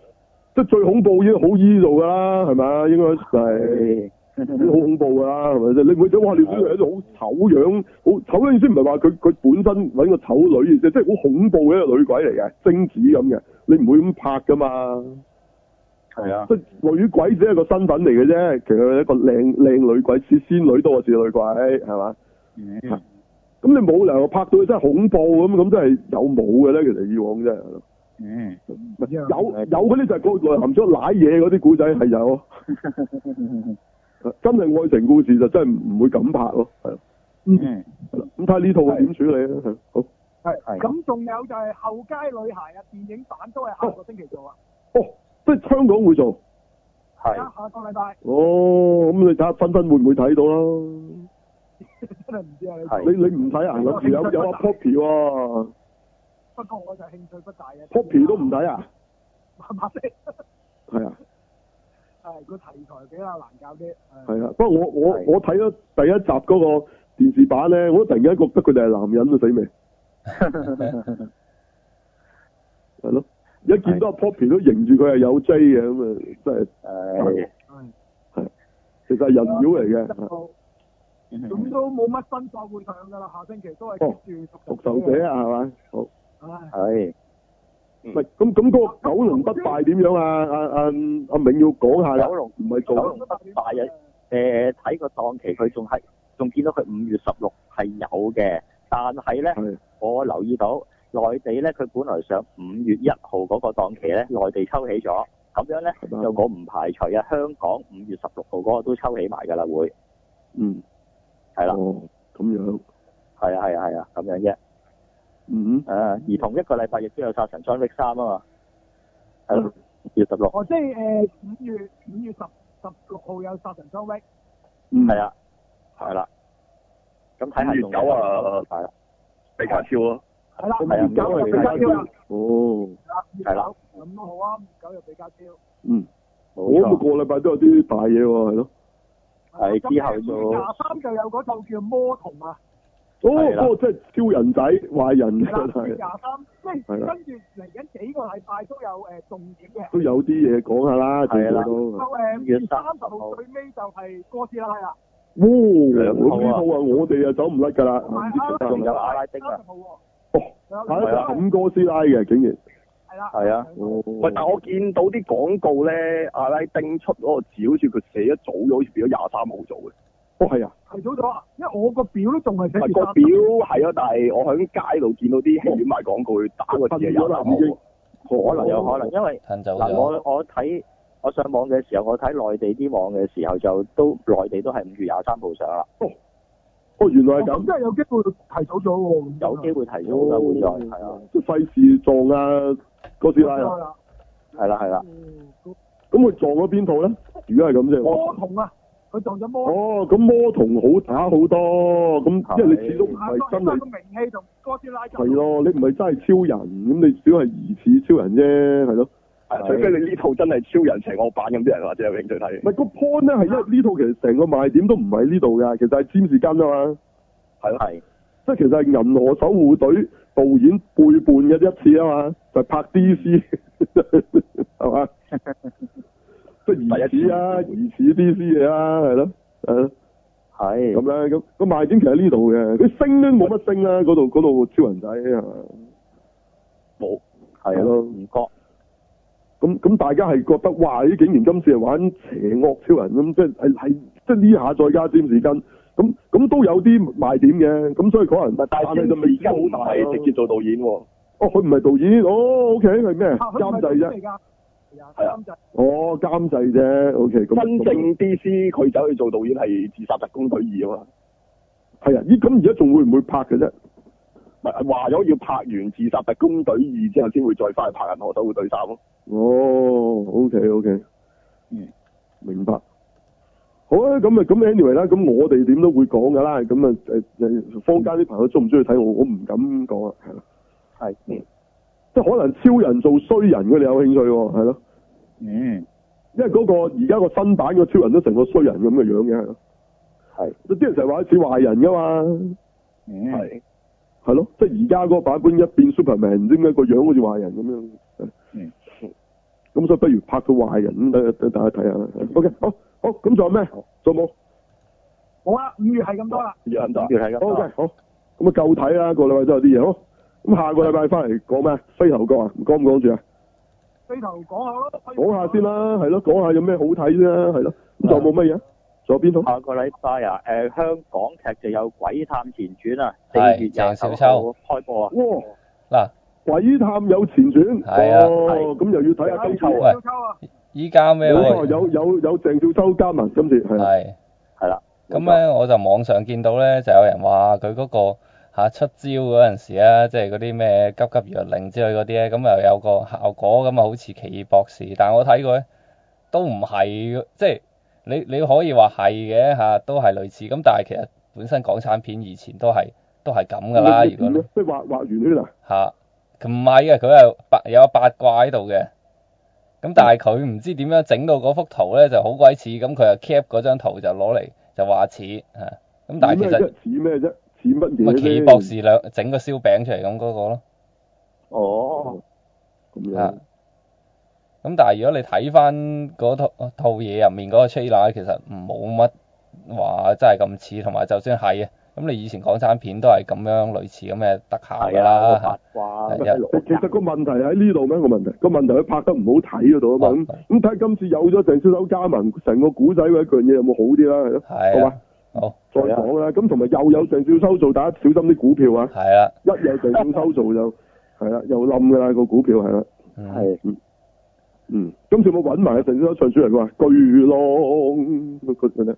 [SPEAKER 1] 即係最恐怖已經好依度㗎啦，係咪啊？應該係。已經好恐怖㗎啦，係咪先？你唔會想哇，你本嚟一種好醜樣，好醜樣意思唔係話佢佢本身揾個醜女意思，即係好恐怖嘅一個女鬼嚟嘅，貞子咁嘅，你唔會咁拍㗎嘛？
[SPEAKER 3] 係啊，
[SPEAKER 1] 即係女鬼只係個身份嚟嘅啫，其實佢係一個靚靚女鬼，似仙女多過似女鬼，係嘛？
[SPEAKER 3] 嗯，
[SPEAKER 1] 咁你冇理由拍到佢真係恐怖咁，咁真係有冇嘅咧？其實以往真係。
[SPEAKER 3] 嗯，
[SPEAKER 1] 唔係有有嗰啲就係個內含咗舐嘢嗰啲古仔係 [LAUGHS] 有，真係愛情故事就真係唔會咁拍咯，係咯
[SPEAKER 3] 嗯，
[SPEAKER 1] 係咯咁睇下呢套點處理啦，係好。
[SPEAKER 3] 係
[SPEAKER 4] 咁仲有就係後街女孩啊，電影版都係下個星期做啊，
[SPEAKER 1] 哦，即係香港會做，
[SPEAKER 4] 而家
[SPEAKER 3] 係，
[SPEAKER 4] 下個禮拜
[SPEAKER 1] 哦，咁你睇下分分會唔會睇到啦？
[SPEAKER 4] 真係唔知啊你。
[SPEAKER 3] 係
[SPEAKER 1] 你你唔睇啊？有時有有阿 Poppy 喎
[SPEAKER 4] 不過我就興趣不大嘅。
[SPEAKER 1] ，Poppy 都唔睇啊？
[SPEAKER 4] 麻麻地，
[SPEAKER 1] 係啊，
[SPEAKER 4] 係個題材比較難搞啲。係
[SPEAKER 1] 係啊。不過我我
[SPEAKER 3] 係
[SPEAKER 1] 我睇咗第一集嗰個電視版咧，我都突然間覺得佢哋係男人啊，死未？
[SPEAKER 3] [LAUGHS]
[SPEAKER 1] 係咯，一見到阿 Poppy 都迎住佢係有 J 嘅，咁啊真係
[SPEAKER 3] 誒，
[SPEAKER 4] 係
[SPEAKER 1] 其實係人妖嚟嘅。啊
[SPEAKER 4] 就
[SPEAKER 3] 嗯
[SPEAKER 1] 嗯
[SPEAKER 4] 咁都冇乜新作會上㗎啦，下星期都係 keep 住
[SPEAKER 1] 復仇者啊，係
[SPEAKER 3] 嗯
[SPEAKER 1] 咪？好，唔
[SPEAKER 4] 唉，
[SPEAKER 3] 係，
[SPEAKER 1] 係咁咁嗰個九龍不敗點樣啊？阿阿阿銘要講下啦
[SPEAKER 3] 九龍，
[SPEAKER 1] 唔係
[SPEAKER 3] 九
[SPEAKER 1] 做
[SPEAKER 3] 龍不敗啊，
[SPEAKER 4] Ờ,
[SPEAKER 3] 誒，睇個檔期佢仲係，仲見到佢五月十六係有嘅，但係咧。
[SPEAKER 1] 係
[SPEAKER 3] 我留意到內地咧，佢本來想五月一號嗰個檔期咧，內地抽起咗，咁樣咧
[SPEAKER 1] 係
[SPEAKER 3] 就
[SPEAKER 1] 嘛？
[SPEAKER 3] 我唔排除啊，香港五月十六號嗰個都抽起埋㗎啦，會
[SPEAKER 1] 嗯，
[SPEAKER 3] 係啦，
[SPEAKER 1] 哦，咁樣，
[SPEAKER 3] 係啊，係啊，係啊，咁樣啫。
[SPEAKER 1] 嗯，
[SPEAKER 3] 誒、而同一個禮拜亦都有殺神雙力三啊嘛，
[SPEAKER 1] 嗯
[SPEAKER 3] 係咯五月十六，
[SPEAKER 4] 哦，即係誒五月五月十十六號有殺神雙威，
[SPEAKER 1] 嗯
[SPEAKER 3] 係，啊，係啦。咁睇下仲有
[SPEAKER 5] 五月九啊
[SPEAKER 3] 係啦，
[SPEAKER 5] 比卡超
[SPEAKER 1] 哦
[SPEAKER 5] 啊，
[SPEAKER 4] 係啦，
[SPEAKER 1] 咁
[SPEAKER 3] 係啊
[SPEAKER 1] 而家
[SPEAKER 3] 咁
[SPEAKER 1] 就比
[SPEAKER 3] 啊
[SPEAKER 4] 比較
[SPEAKER 1] 較
[SPEAKER 4] 超
[SPEAKER 1] 少哦，
[SPEAKER 4] 係啦，咁都好啊，九又比較超。
[SPEAKER 1] 嗯，我
[SPEAKER 3] 冇
[SPEAKER 1] 每
[SPEAKER 3] 錯，
[SPEAKER 1] 個禮拜都有啲大嘢喎，係咯。
[SPEAKER 4] Ờ,
[SPEAKER 3] 係之後就
[SPEAKER 4] 廿三就有嗰套叫《魔童》啊，
[SPEAKER 1] 哦，
[SPEAKER 3] 係啦
[SPEAKER 1] 嗰個真係超人仔壞人
[SPEAKER 4] 係啦，
[SPEAKER 1] 真係
[SPEAKER 4] 廿三，即
[SPEAKER 1] 係啦
[SPEAKER 4] 係跟住嚟緊幾個禮拜都有誒重點嘅。
[SPEAKER 1] 都有啲嘢講下啦，最
[SPEAKER 3] 係啦
[SPEAKER 1] 少都。
[SPEAKER 4] 到誒五月三十號最尾就係哥斯拉啦，
[SPEAKER 1] 哇！呢
[SPEAKER 3] 兩套啊
[SPEAKER 1] 套啊，我哋啊走唔甩㗎啦，
[SPEAKER 4] 同埋
[SPEAKER 1] 唔知食得
[SPEAKER 3] 仲
[SPEAKER 1] 唔
[SPEAKER 3] 有
[SPEAKER 1] 得
[SPEAKER 3] 阿拉丁
[SPEAKER 4] 三十
[SPEAKER 3] 啊，
[SPEAKER 4] 號喎。
[SPEAKER 1] 哦，
[SPEAKER 4] 有
[SPEAKER 1] 係
[SPEAKER 4] 兩
[SPEAKER 1] 啊，
[SPEAKER 4] 個
[SPEAKER 1] 咁哥斯拉嘅竟然。
[SPEAKER 4] 係啦，
[SPEAKER 3] 係啊
[SPEAKER 1] 哦，
[SPEAKER 5] 喂，但我見到啲廣告咧，阿拉丁出嗰個字好似佢寫一早咗，好似變咗廿三號做嘅。
[SPEAKER 1] 哦係啊，
[SPEAKER 4] 提早咗啊，因為我個表都仲係
[SPEAKER 5] 唔
[SPEAKER 4] 寫
[SPEAKER 5] 係
[SPEAKER 4] 住
[SPEAKER 5] 個
[SPEAKER 4] 三
[SPEAKER 5] 表係啊，但係我喺街度見到啲戲院賣廣告，佢打
[SPEAKER 3] 啊
[SPEAKER 5] 個
[SPEAKER 1] 啊
[SPEAKER 5] 字係廿三
[SPEAKER 1] 已經
[SPEAKER 5] 號。
[SPEAKER 1] 可
[SPEAKER 3] 可能有可能，因為。
[SPEAKER 2] 褪走
[SPEAKER 3] 嗱，
[SPEAKER 2] 咗。
[SPEAKER 3] 我我睇我上網嘅時候，我睇內地啲網嘅時候就都內地都係五月廿三號上啦，
[SPEAKER 1] 哦，原來係
[SPEAKER 4] 咁
[SPEAKER 1] 咁，
[SPEAKER 4] 真係有機會提早咗喎。
[SPEAKER 3] 有機
[SPEAKER 4] 會
[SPEAKER 3] 會提早啦，會再係啊，
[SPEAKER 1] 哦
[SPEAKER 3] 哦
[SPEAKER 1] 即係費事撞啊哥斯拉啊。
[SPEAKER 4] 啦。
[SPEAKER 3] 係啦係啦，
[SPEAKER 4] 嗯
[SPEAKER 1] 咁佢撞咗邊套咧？如果係咁啫。
[SPEAKER 3] 哦
[SPEAKER 4] 魔童啊，佢撞咗魔童。
[SPEAKER 1] 哦，咁魔童好打好多，咁
[SPEAKER 3] 係
[SPEAKER 1] 即係你始終唔
[SPEAKER 4] 啊，
[SPEAKER 1] 係
[SPEAKER 4] 因
[SPEAKER 1] 真
[SPEAKER 4] 為
[SPEAKER 1] 係
[SPEAKER 4] 個名氣同哥斯拉就
[SPEAKER 1] 係咯，你唔係真係超人，咁你只係疑似超人啫，係咯。
[SPEAKER 5] 係啊除非你呢套真係超人邪惡版咁啲人或者有興趣睇
[SPEAKER 1] 唔。係個 point 咧，係因為呢套其實成個賣點都唔喺呢度㗎，其實係占士根啊嘛，
[SPEAKER 5] 係咯，
[SPEAKER 3] 係
[SPEAKER 1] 即係其實係銀河守護隊導演背叛嘅一次啊嘛，就係拍 DC [LAUGHS] 係嘛，即係疑似啊，疑似 DC 嘢啦，啊係咯，係咯。
[SPEAKER 3] 係
[SPEAKER 1] 咁咧，咁個賣點其實喺呢度嘅，佢升都冇乜升啦，嗰度嗰度超人仔係嘛？
[SPEAKER 5] 冇啊
[SPEAKER 1] 係
[SPEAKER 3] 係
[SPEAKER 1] 咯
[SPEAKER 3] 咯，唔覺
[SPEAKER 1] 咁咁大家係覺得哇！咦，竟然今次係玩邪惡超人咁，即係係係即係呢下再加詹士根，咁咁都有啲賣點嘅，咁所以可能
[SPEAKER 5] 但係
[SPEAKER 1] 就
[SPEAKER 5] 先
[SPEAKER 1] 未知
[SPEAKER 5] 而家唔
[SPEAKER 1] 好大咯
[SPEAKER 5] 係直接做導演喎，
[SPEAKER 1] 哦，佢唔係導演，哦，OK 係咩？
[SPEAKER 4] 啊佢唔
[SPEAKER 1] 監
[SPEAKER 4] 係
[SPEAKER 1] 製
[SPEAKER 4] 導
[SPEAKER 1] 啫，
[SPEAKER 4] 演嚟㗎。係啊，
[SPEAKER 5] 係啊
[SPEAKER 4] 監製
[SPEAKER 1] 哦，監製啫，OK 咁
[SPEAKER 5] 真正 DC 佢走去做導演係《自殺特工隊二》啊嘛，
[SPEAKER 1] 係啊，咦咁而家仲會唔會拍嘅啫？
[SPEAKER 5] 咪話咗要拍完《自殺特工隊二》之後先會再翻去拍《銀河守護隊三》咯。
[SPEAKER 1] 哦，OK OK，
[SPEAKER 3] 嗯，
[SPEAKER 1] 明白。好啊，咁啊，咁 anyway 啦，咁我哋點都會講噶啦，咁啊，誒誒，坊間啲朋友中唔中意睇我，我唔敢講啊，係咯，
[SPEAKER 3] 係嗯
[SPEAKER 1] 即係可能超人做衰人，佢哋有興趣喎，係咯，
[SPEAKER 3] 嗯
[SPEAKER 1] 因為嗰、個而家個新版個超人都成個衰人咁嘅樣嘅，係咯，
[SPEAKER 3] 係
[SPEAKER 1] 啲人成日話佢似壞人噶嘛，
[SPEAKER 3] 嗯
[SPEAKER 5] 係
[SPEAKER 1] 係咯，即係而家嗰個版本一變 Superman，唔知點解個樣好似壞人咁樣，係
[SPEAKER 3] 嗯
[SPEAKER 1] 咁所以不如拍到壞人咁，等等大家睇下啦。OK，好，好，咁仲有咩？仲有冇
[SPEAKER 4] 好啦，五月係咁多啦。
[SPEAKER 5] 有人
[SPEAKER 3] 咁要睇
[SPEAKER 1] 好
[SPEAKER 3] 咁
[SPEAKER 1] ？OK，好，咁啊夠睇啦，個禮拜都有啲嘢。好，咁下個禮拜翻嚟講咩？飛頭角啊，唔講唔講住啊？
[SPEAKER 4] 飛頭講下咯，
[SPEAKER 1] 講下先。啦，係咯，講下有咩好睇先啦，係咯。咁仲有冇乜嘢？仲有邊套？
[SPEAKER 3] 下個禮拜啊，誒香港劇就有《鬼探前傳》啊，四
[SPEAKER 2] 係
[SPEAKER 3] 月廿
[SPEAKER 2] 鄭少秋
[SPEAKER 3] 九號開播啊。
[SPEAKER 1] 哇！
[SPEAKER 2] 嗱，
[SPEAKER 1] 鬼探有前傳，
[SPEAKER 2] 係啊
[SPEAKER 1] 哦，咁又要睇下今次。
[SPEAKER 2] 喂
[SPEAKER 4] 秋秋啊，
[SPEAKER 2] 依家咩
[SPEAKER 1] 冇錯，？
[SPEAKER 2] 喎
[SPEAKER 1] 有有有鄭少秋加盟今次係啊
[SPEAKER 2] 係。
[SPEAKER 3] 係啦，
[SPEAKER 2] 咁咧，我就網上見到咧，就有人話佢嗰個嚇、出招嗰陣時啊，即係嗰啲咩急急藥令之類嗰啲咧，咁又有個效果，咁啊好似奇異博士，但我睇過咧都唔係，即係你你可以話係嘅嚇，都係類似，咁但係其實本身港產片以前都係都係咁噶啦，如果你
[SPEAKER 1] 即係畫畫完呢嗱，
[SPEAKER 2] 嚇，佢唔係啊嘅，佢係八有八卦喺度嘅。咁但係佢唔知點樣整到嗰幅圖咧就好鬼似，咁佢就 cap 嗰張圖就攞嚟就話似嚇。咁但啊係其實
[SPEAKER 1] 似咩啫？似乜
[SPEAKER 2] 咪
[SPEAKER 1] 嘢
[SPEAKER 2] 奇
[SPEAKER 1] 啫？
[SPEAKER 2] 博士兩整個燒餅出嚟咁嗰個咯
[SPEAKER 3] 哦，
[SPEAKER 1] 咁樣
[SPEAKER 2] 嚇。啊咁但係如果你睇翻嗰套套嘢入面嗰個 trailer，其實冇乜話真係咁似，同埋就算係啊，咁你以前港產片都係咁樣類似咁嘅特效㗎
[SPEAKER 3] 係啊，
[SPEAKER 2] 啦
[SPEAKER 3] 個
[SPEAKER 2] 嚇
[SPEAKER 3] 八。卦
[SPEAKER 2] 係
[SPEAKER 3] 咩
[SPEAKER 2] 有
[SPEAKER 1] 其實個問題喺呢度咩？個問題個問題佢拍得唔好睇嗰度啊嘛。咁
[SPEAKER 2] 哦
[SPEAKER 1] 咁睇下今次有咗鄭少秋加盟，成個古仔或者一樣嘢有冇好啲啦？係咯，
[SPEAKER 2] 係
[SPEAKER 1] 好
[SPEAKER 2] 啊
[SPEAKER 1] 嘛，
[SPEAKER 2] 好
[SPEAKER 1] 再講啦。咁同埋又有鄭少秋做，大家小心啲股票啊！
[SPEAKER 2] 係啦，
[SPEAKER 1] 一有鄭少秋做就係啦，又冧㗎啦個股票係啦。
[SPEAKER 2] 嗯
[SPEAKER 3] 係
[SPEAKER 1] 嗯，今次有冇揾埋阿鄭少秋唱出嚟？佢話巨浪嗰陣咧，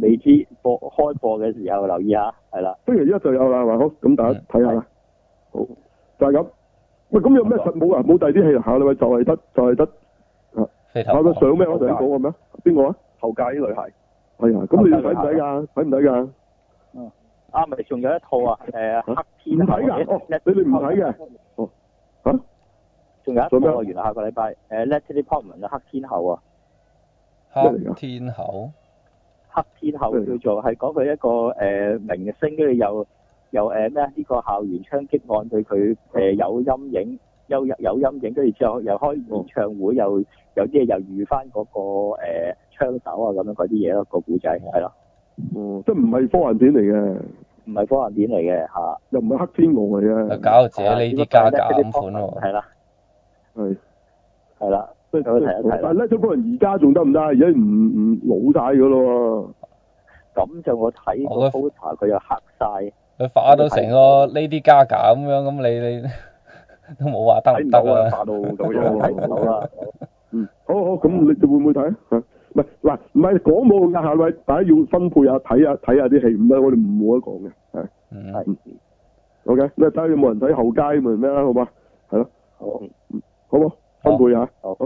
[SPEAKER 3] 未知播開播嘅時候留意下，係啦。
[SPEAKER 1] 星期一就有啦，係嘛？好，咁大家睇下啦。好，就係咁。喂，咁有咩實冇啊？冇第二啲戲啊下禮拜就係得，就係得。
[SPEAKER 2] 飛頭
[SPEAKER 1] 下禮拜
[SPEAKER 2] 角
[SPEAKER 1] 上咩？我頭先講過咩？邊個啊？
[SPEAKER 5] 後街啲女孩，
[SPEAKER 1] 係啊，咁你哋睇唔睇㗎？睇唔睇㗎？
[SPEAKER 3] 啊，咪仲有一套啊，誒黑
[SPEAKER 1] 唔
[SPEAKER 3] 天
[SPEAKER 1] 睇㗎？哦，你哋唔睇嘅。哦，嚇？
[SPEAKER 3] 仲有
[SPEAKER 1] 做
[SPEAKER 3] 一
[SPEAKER 1] 咩
[SPEAKER 3] 套啊，原來下個禮拜誒 Let It Department 啊，黑天后啊。
[SPEAKER 1] 咩嚟㗎
[SPEAKER 2] 黑天后
[SPEAKER 3] 黑天后
[SPEAKER 1] 嗯
[SPEAKER 3] 叫做係講佢一個誒、呃明星，跟住又又誒咩啊呢個校園槍擊案對佢誒有陰影，有有陰影，跟住之後又開演唱會，又有啲嘢又遇翻嗰、個誒、呃、槍手啊咁樣嗰啲嘢咯，個古仔係咯，
[SPEAKER 1] 哦，即係唔係科幻片嚟嘅，
[SPEAKER 3] 唔係科幻片嚟嘅嚇，
[SPEAKER 1] 又唔係黑天鵝
[SPEAKER 2] 就
[SPEAKER 1] 嚟嘅，
[SPEAKER 2] 搞到
[SPEAKER 3] Ờ,
[SPEAKER 2] 自己啊呢啲加價咁款喎。
[SPEAKER 3] 係啦
[SPEAKER 1] 係。
[SPEAKER 3] 嗯係啦，
[SPEAKER 1] 即
[SPEAKER 3] 咁睇一睇
[SPEAKER 1] 但係
[SPEAKER 3] 啦。
[SPEAKER 1] 咧，中國人而家仲得唔得啊？而家唔唔老晒㗎咯
[SPEAKER 3] 咁就我睇個
[SPEAKER 2] 我覺
[SPEAKER 3] poster 佢又黑晒，
[SPEAKER 2] 佢化到成個 Lady Gaga 咁樣，咁 [LAUGHS] 你你都冇話得
[SPEAKER 5] 睇
[SPEAKER 2] 唔
[SPEAKER 5] 唔到
[SPEAKER 2] 得
[SPEAKER 5] 啊，
[SPEAKER 2] 啊？
[SPEAKER 5] 化到咁
[SPEAKER 1] 哦
[SPEAKER 3] 睇
[SPEAKER 5] 樣。
[SPEAKER 3] 唔到
[SPEAKER 2] [LAUGHS]
[SPEAKER 3] 啦。
[SPEAKER 1] 嗯，好好，咁你會唔會睇啊？嚇唔係嗱，唔係講冇㗎，下位大家要分配下睇下睇下啲戲，唔係我哋唔冇得講嘅，係
[SPEAKER 2] 嗯，
[SPEAKER 3] 係
[SPEAKER 1] OK，咁啊睇下有冇人睇後街咪咩啦，好嘛？係咯，
[SPEAKER 3] 好
[SPEAKER 1] 好冇分配下。
[SPEAKER 3] 好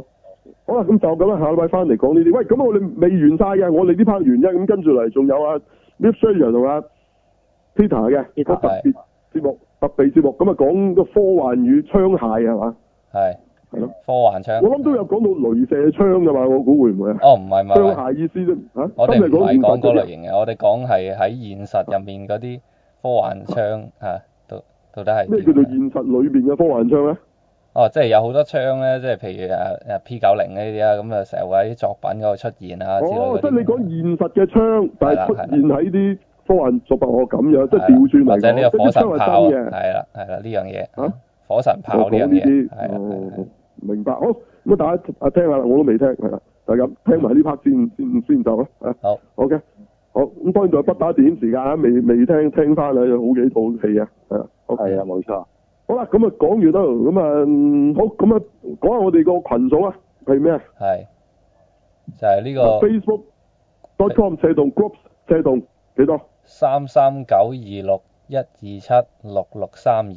[SPEAKER 1] 好啦，咁就咁啦，啊下禮拜翻嚟講呢啲。喂，咁我哋未完晒嘅，我哋呢 part 完啫，咁跟住嚟仲有啊 l i p s h a r 同啊 Peter 嘅
[SPEAKER 3] Peter，
[SPEAKER 1] 個特別節目、特備節目，咁啊講個科幻與槍械係嘛？
[SPEAKER 2] 係
[SPEAKER 1] 係咯，
[SPEAKER 2] 科幻槍。
[SPEAKER 1] 我諗都有講到雷射槍㗎嘛，我估會唔會啊？
[SPEAKER 2] 哦，唔係唔係唔
[SPEAKER 1] 槍
[SPEAKER 2] 係，
[SPEAKER 1] 械意思啫嚇，
[SPEAKER 2] 我哋
[SPEAKER 1] 今日
[SPEAKER 2] 唔係
[SPEAKER 1] 講
[SPEAKER 2] 講
[SPEAKER 1] 五
[SPEAKER 2] 嗰
[SPEAKER 1] 百
[SPEAKER 2] 類型嘅，我哋講係喺現實入面嗰啲科幻槍嚇，到到底係
[SPEAKER 1] 咩
[SPEAKER 2] 點
[SPEAKER 1] 叫做
[SPEAKER 2] 嘅？
[SPEAKER 1] 現實裏邊嘅科幻槍啊咧？
[SPEAKER 2] 哦，即係有好多槍咧，即係譬如誒誒 P 九零呢啲啊，咁啊成日會喺啲作品嗰度出現啊之類
[SPEAKER 1] 哦
[SPEAKER 2] 嗰，
[SPEAKER 1] 即係
[SPEAKER 2] 啲。
[SPEAKER 1] 你講現實嘅槍，但
[SPEAKER 2] 係啦
[SPEAKER 1] 係出
[SPEAKER 2] 係啦
[SPEAKER 1] 現喺啲科幻作品，我咁樣，即係
[SPEAKER 2] 係啦
[SPEAKER 1] 調轉嚟
[SPEAKER 2] 或者
[SPEAKER 1] 講，
[SPEAKER 2] 呢
[SPEAKER 1] 即
[SPEAKER 2] 個
[SPEAKER 1] 係啲
[SPEAKER 2] 火
[SPEAKER 1] 槍
[SPEAKER 2] 神炮啊，
[SPEAKER 1] 係真嘅。
[SPEAKER 2] 係啦係啦呢樣嘢
[SPEAKER 1] 啊，
[SPEAKER 2] 火神炮
[SPEAKER 1] 我
[SPEAKER 2] 呢
[SPEAKER 1] 講
[SPEAKER 2] 樣
[SPEAKER 1] 呢
[SPEAKER 2] 嘢，
[SPEAKER 1] 啲
[SPEAKER 2] 係，啦係啦
[SPEAKER 1] 哦，明白。好，咁啊，大家啊聽下啦，我都未聽，係啦，就係咁，聽埋呢 part 先先先走啦。啊
[SPEAKER 2] 好
[SPEAKER 1] ，OK，好，咁當然就係不打電影時間啊，未未聽聽翻啦，有好幾套戲啊，係啊，好。
[SPEAKER 3] 係啊，冇錯。
[SPEAKER 1] 好啦，咁啊講完啦，咁啊嗯好，咁啊講下我哋個群組啊，係咩啊
[SPEAKER 2] 係就係呢
[SPEAKER 1] 啊
[SPEAKER 2] 個。
[SPEAKER 1] ？Facebook.com 斜洞 groups 斜洞幾多？
[SPEAKER 2] 三三九二六一二七六六三二，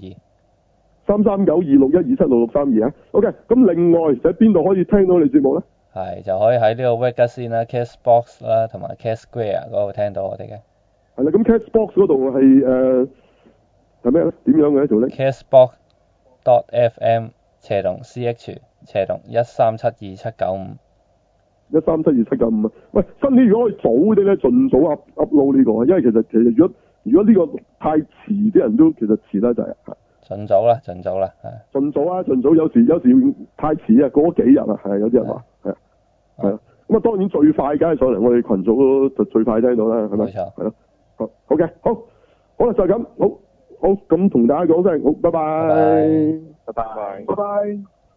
[SPEAKER 1] 三三九二六一二七六六三二啊。OK，咁另外喺邊度可以聽到你節目咧？
[SPEAKER 2] 係就可以喺呢個 w e g a s 啦、Cashbox 啦同埋 Cash Square 嗰度聽到我哋嘅。
[SPEAKER 1] 係啦，咁 Cashbox 嗰度係誒係咩咧？點樣嘅咧做咧？
[SPEAKER 2] Cashbox dot FM 斜洞 CH 斜洞一三七二七九五，
[SPEAKER 1] 一三七二七九五啊！喂，新年如果可以早啲咧，盡早 up upload 呢個啊，因為其實其實如果如果呢個太遲，啲人都其實遲得滯啊。
[SPEAKER 2] 盡早啦，盡早啦，係
[SPEAKER 5] 盡早啊，盡早有時有時要太遲啊，過咗幾日啊，係有啲人話係啊係啊。咁啊，當然最快梗係上嚟我哋群組就最快聽到啦，係咪？
[SPEAKER 2] 冇錯
[SPEAKER 5] 係咯。好好嘅，好好啦，就係咁，好好咁同大家講聲好，拜
[SPEAKER 2] 拜拜
[SPEAKER 3] 拜
[SPEAKER 5] 拜。
[SPEAKER 3] 拜。
[SPEAKER 4] 拜拜。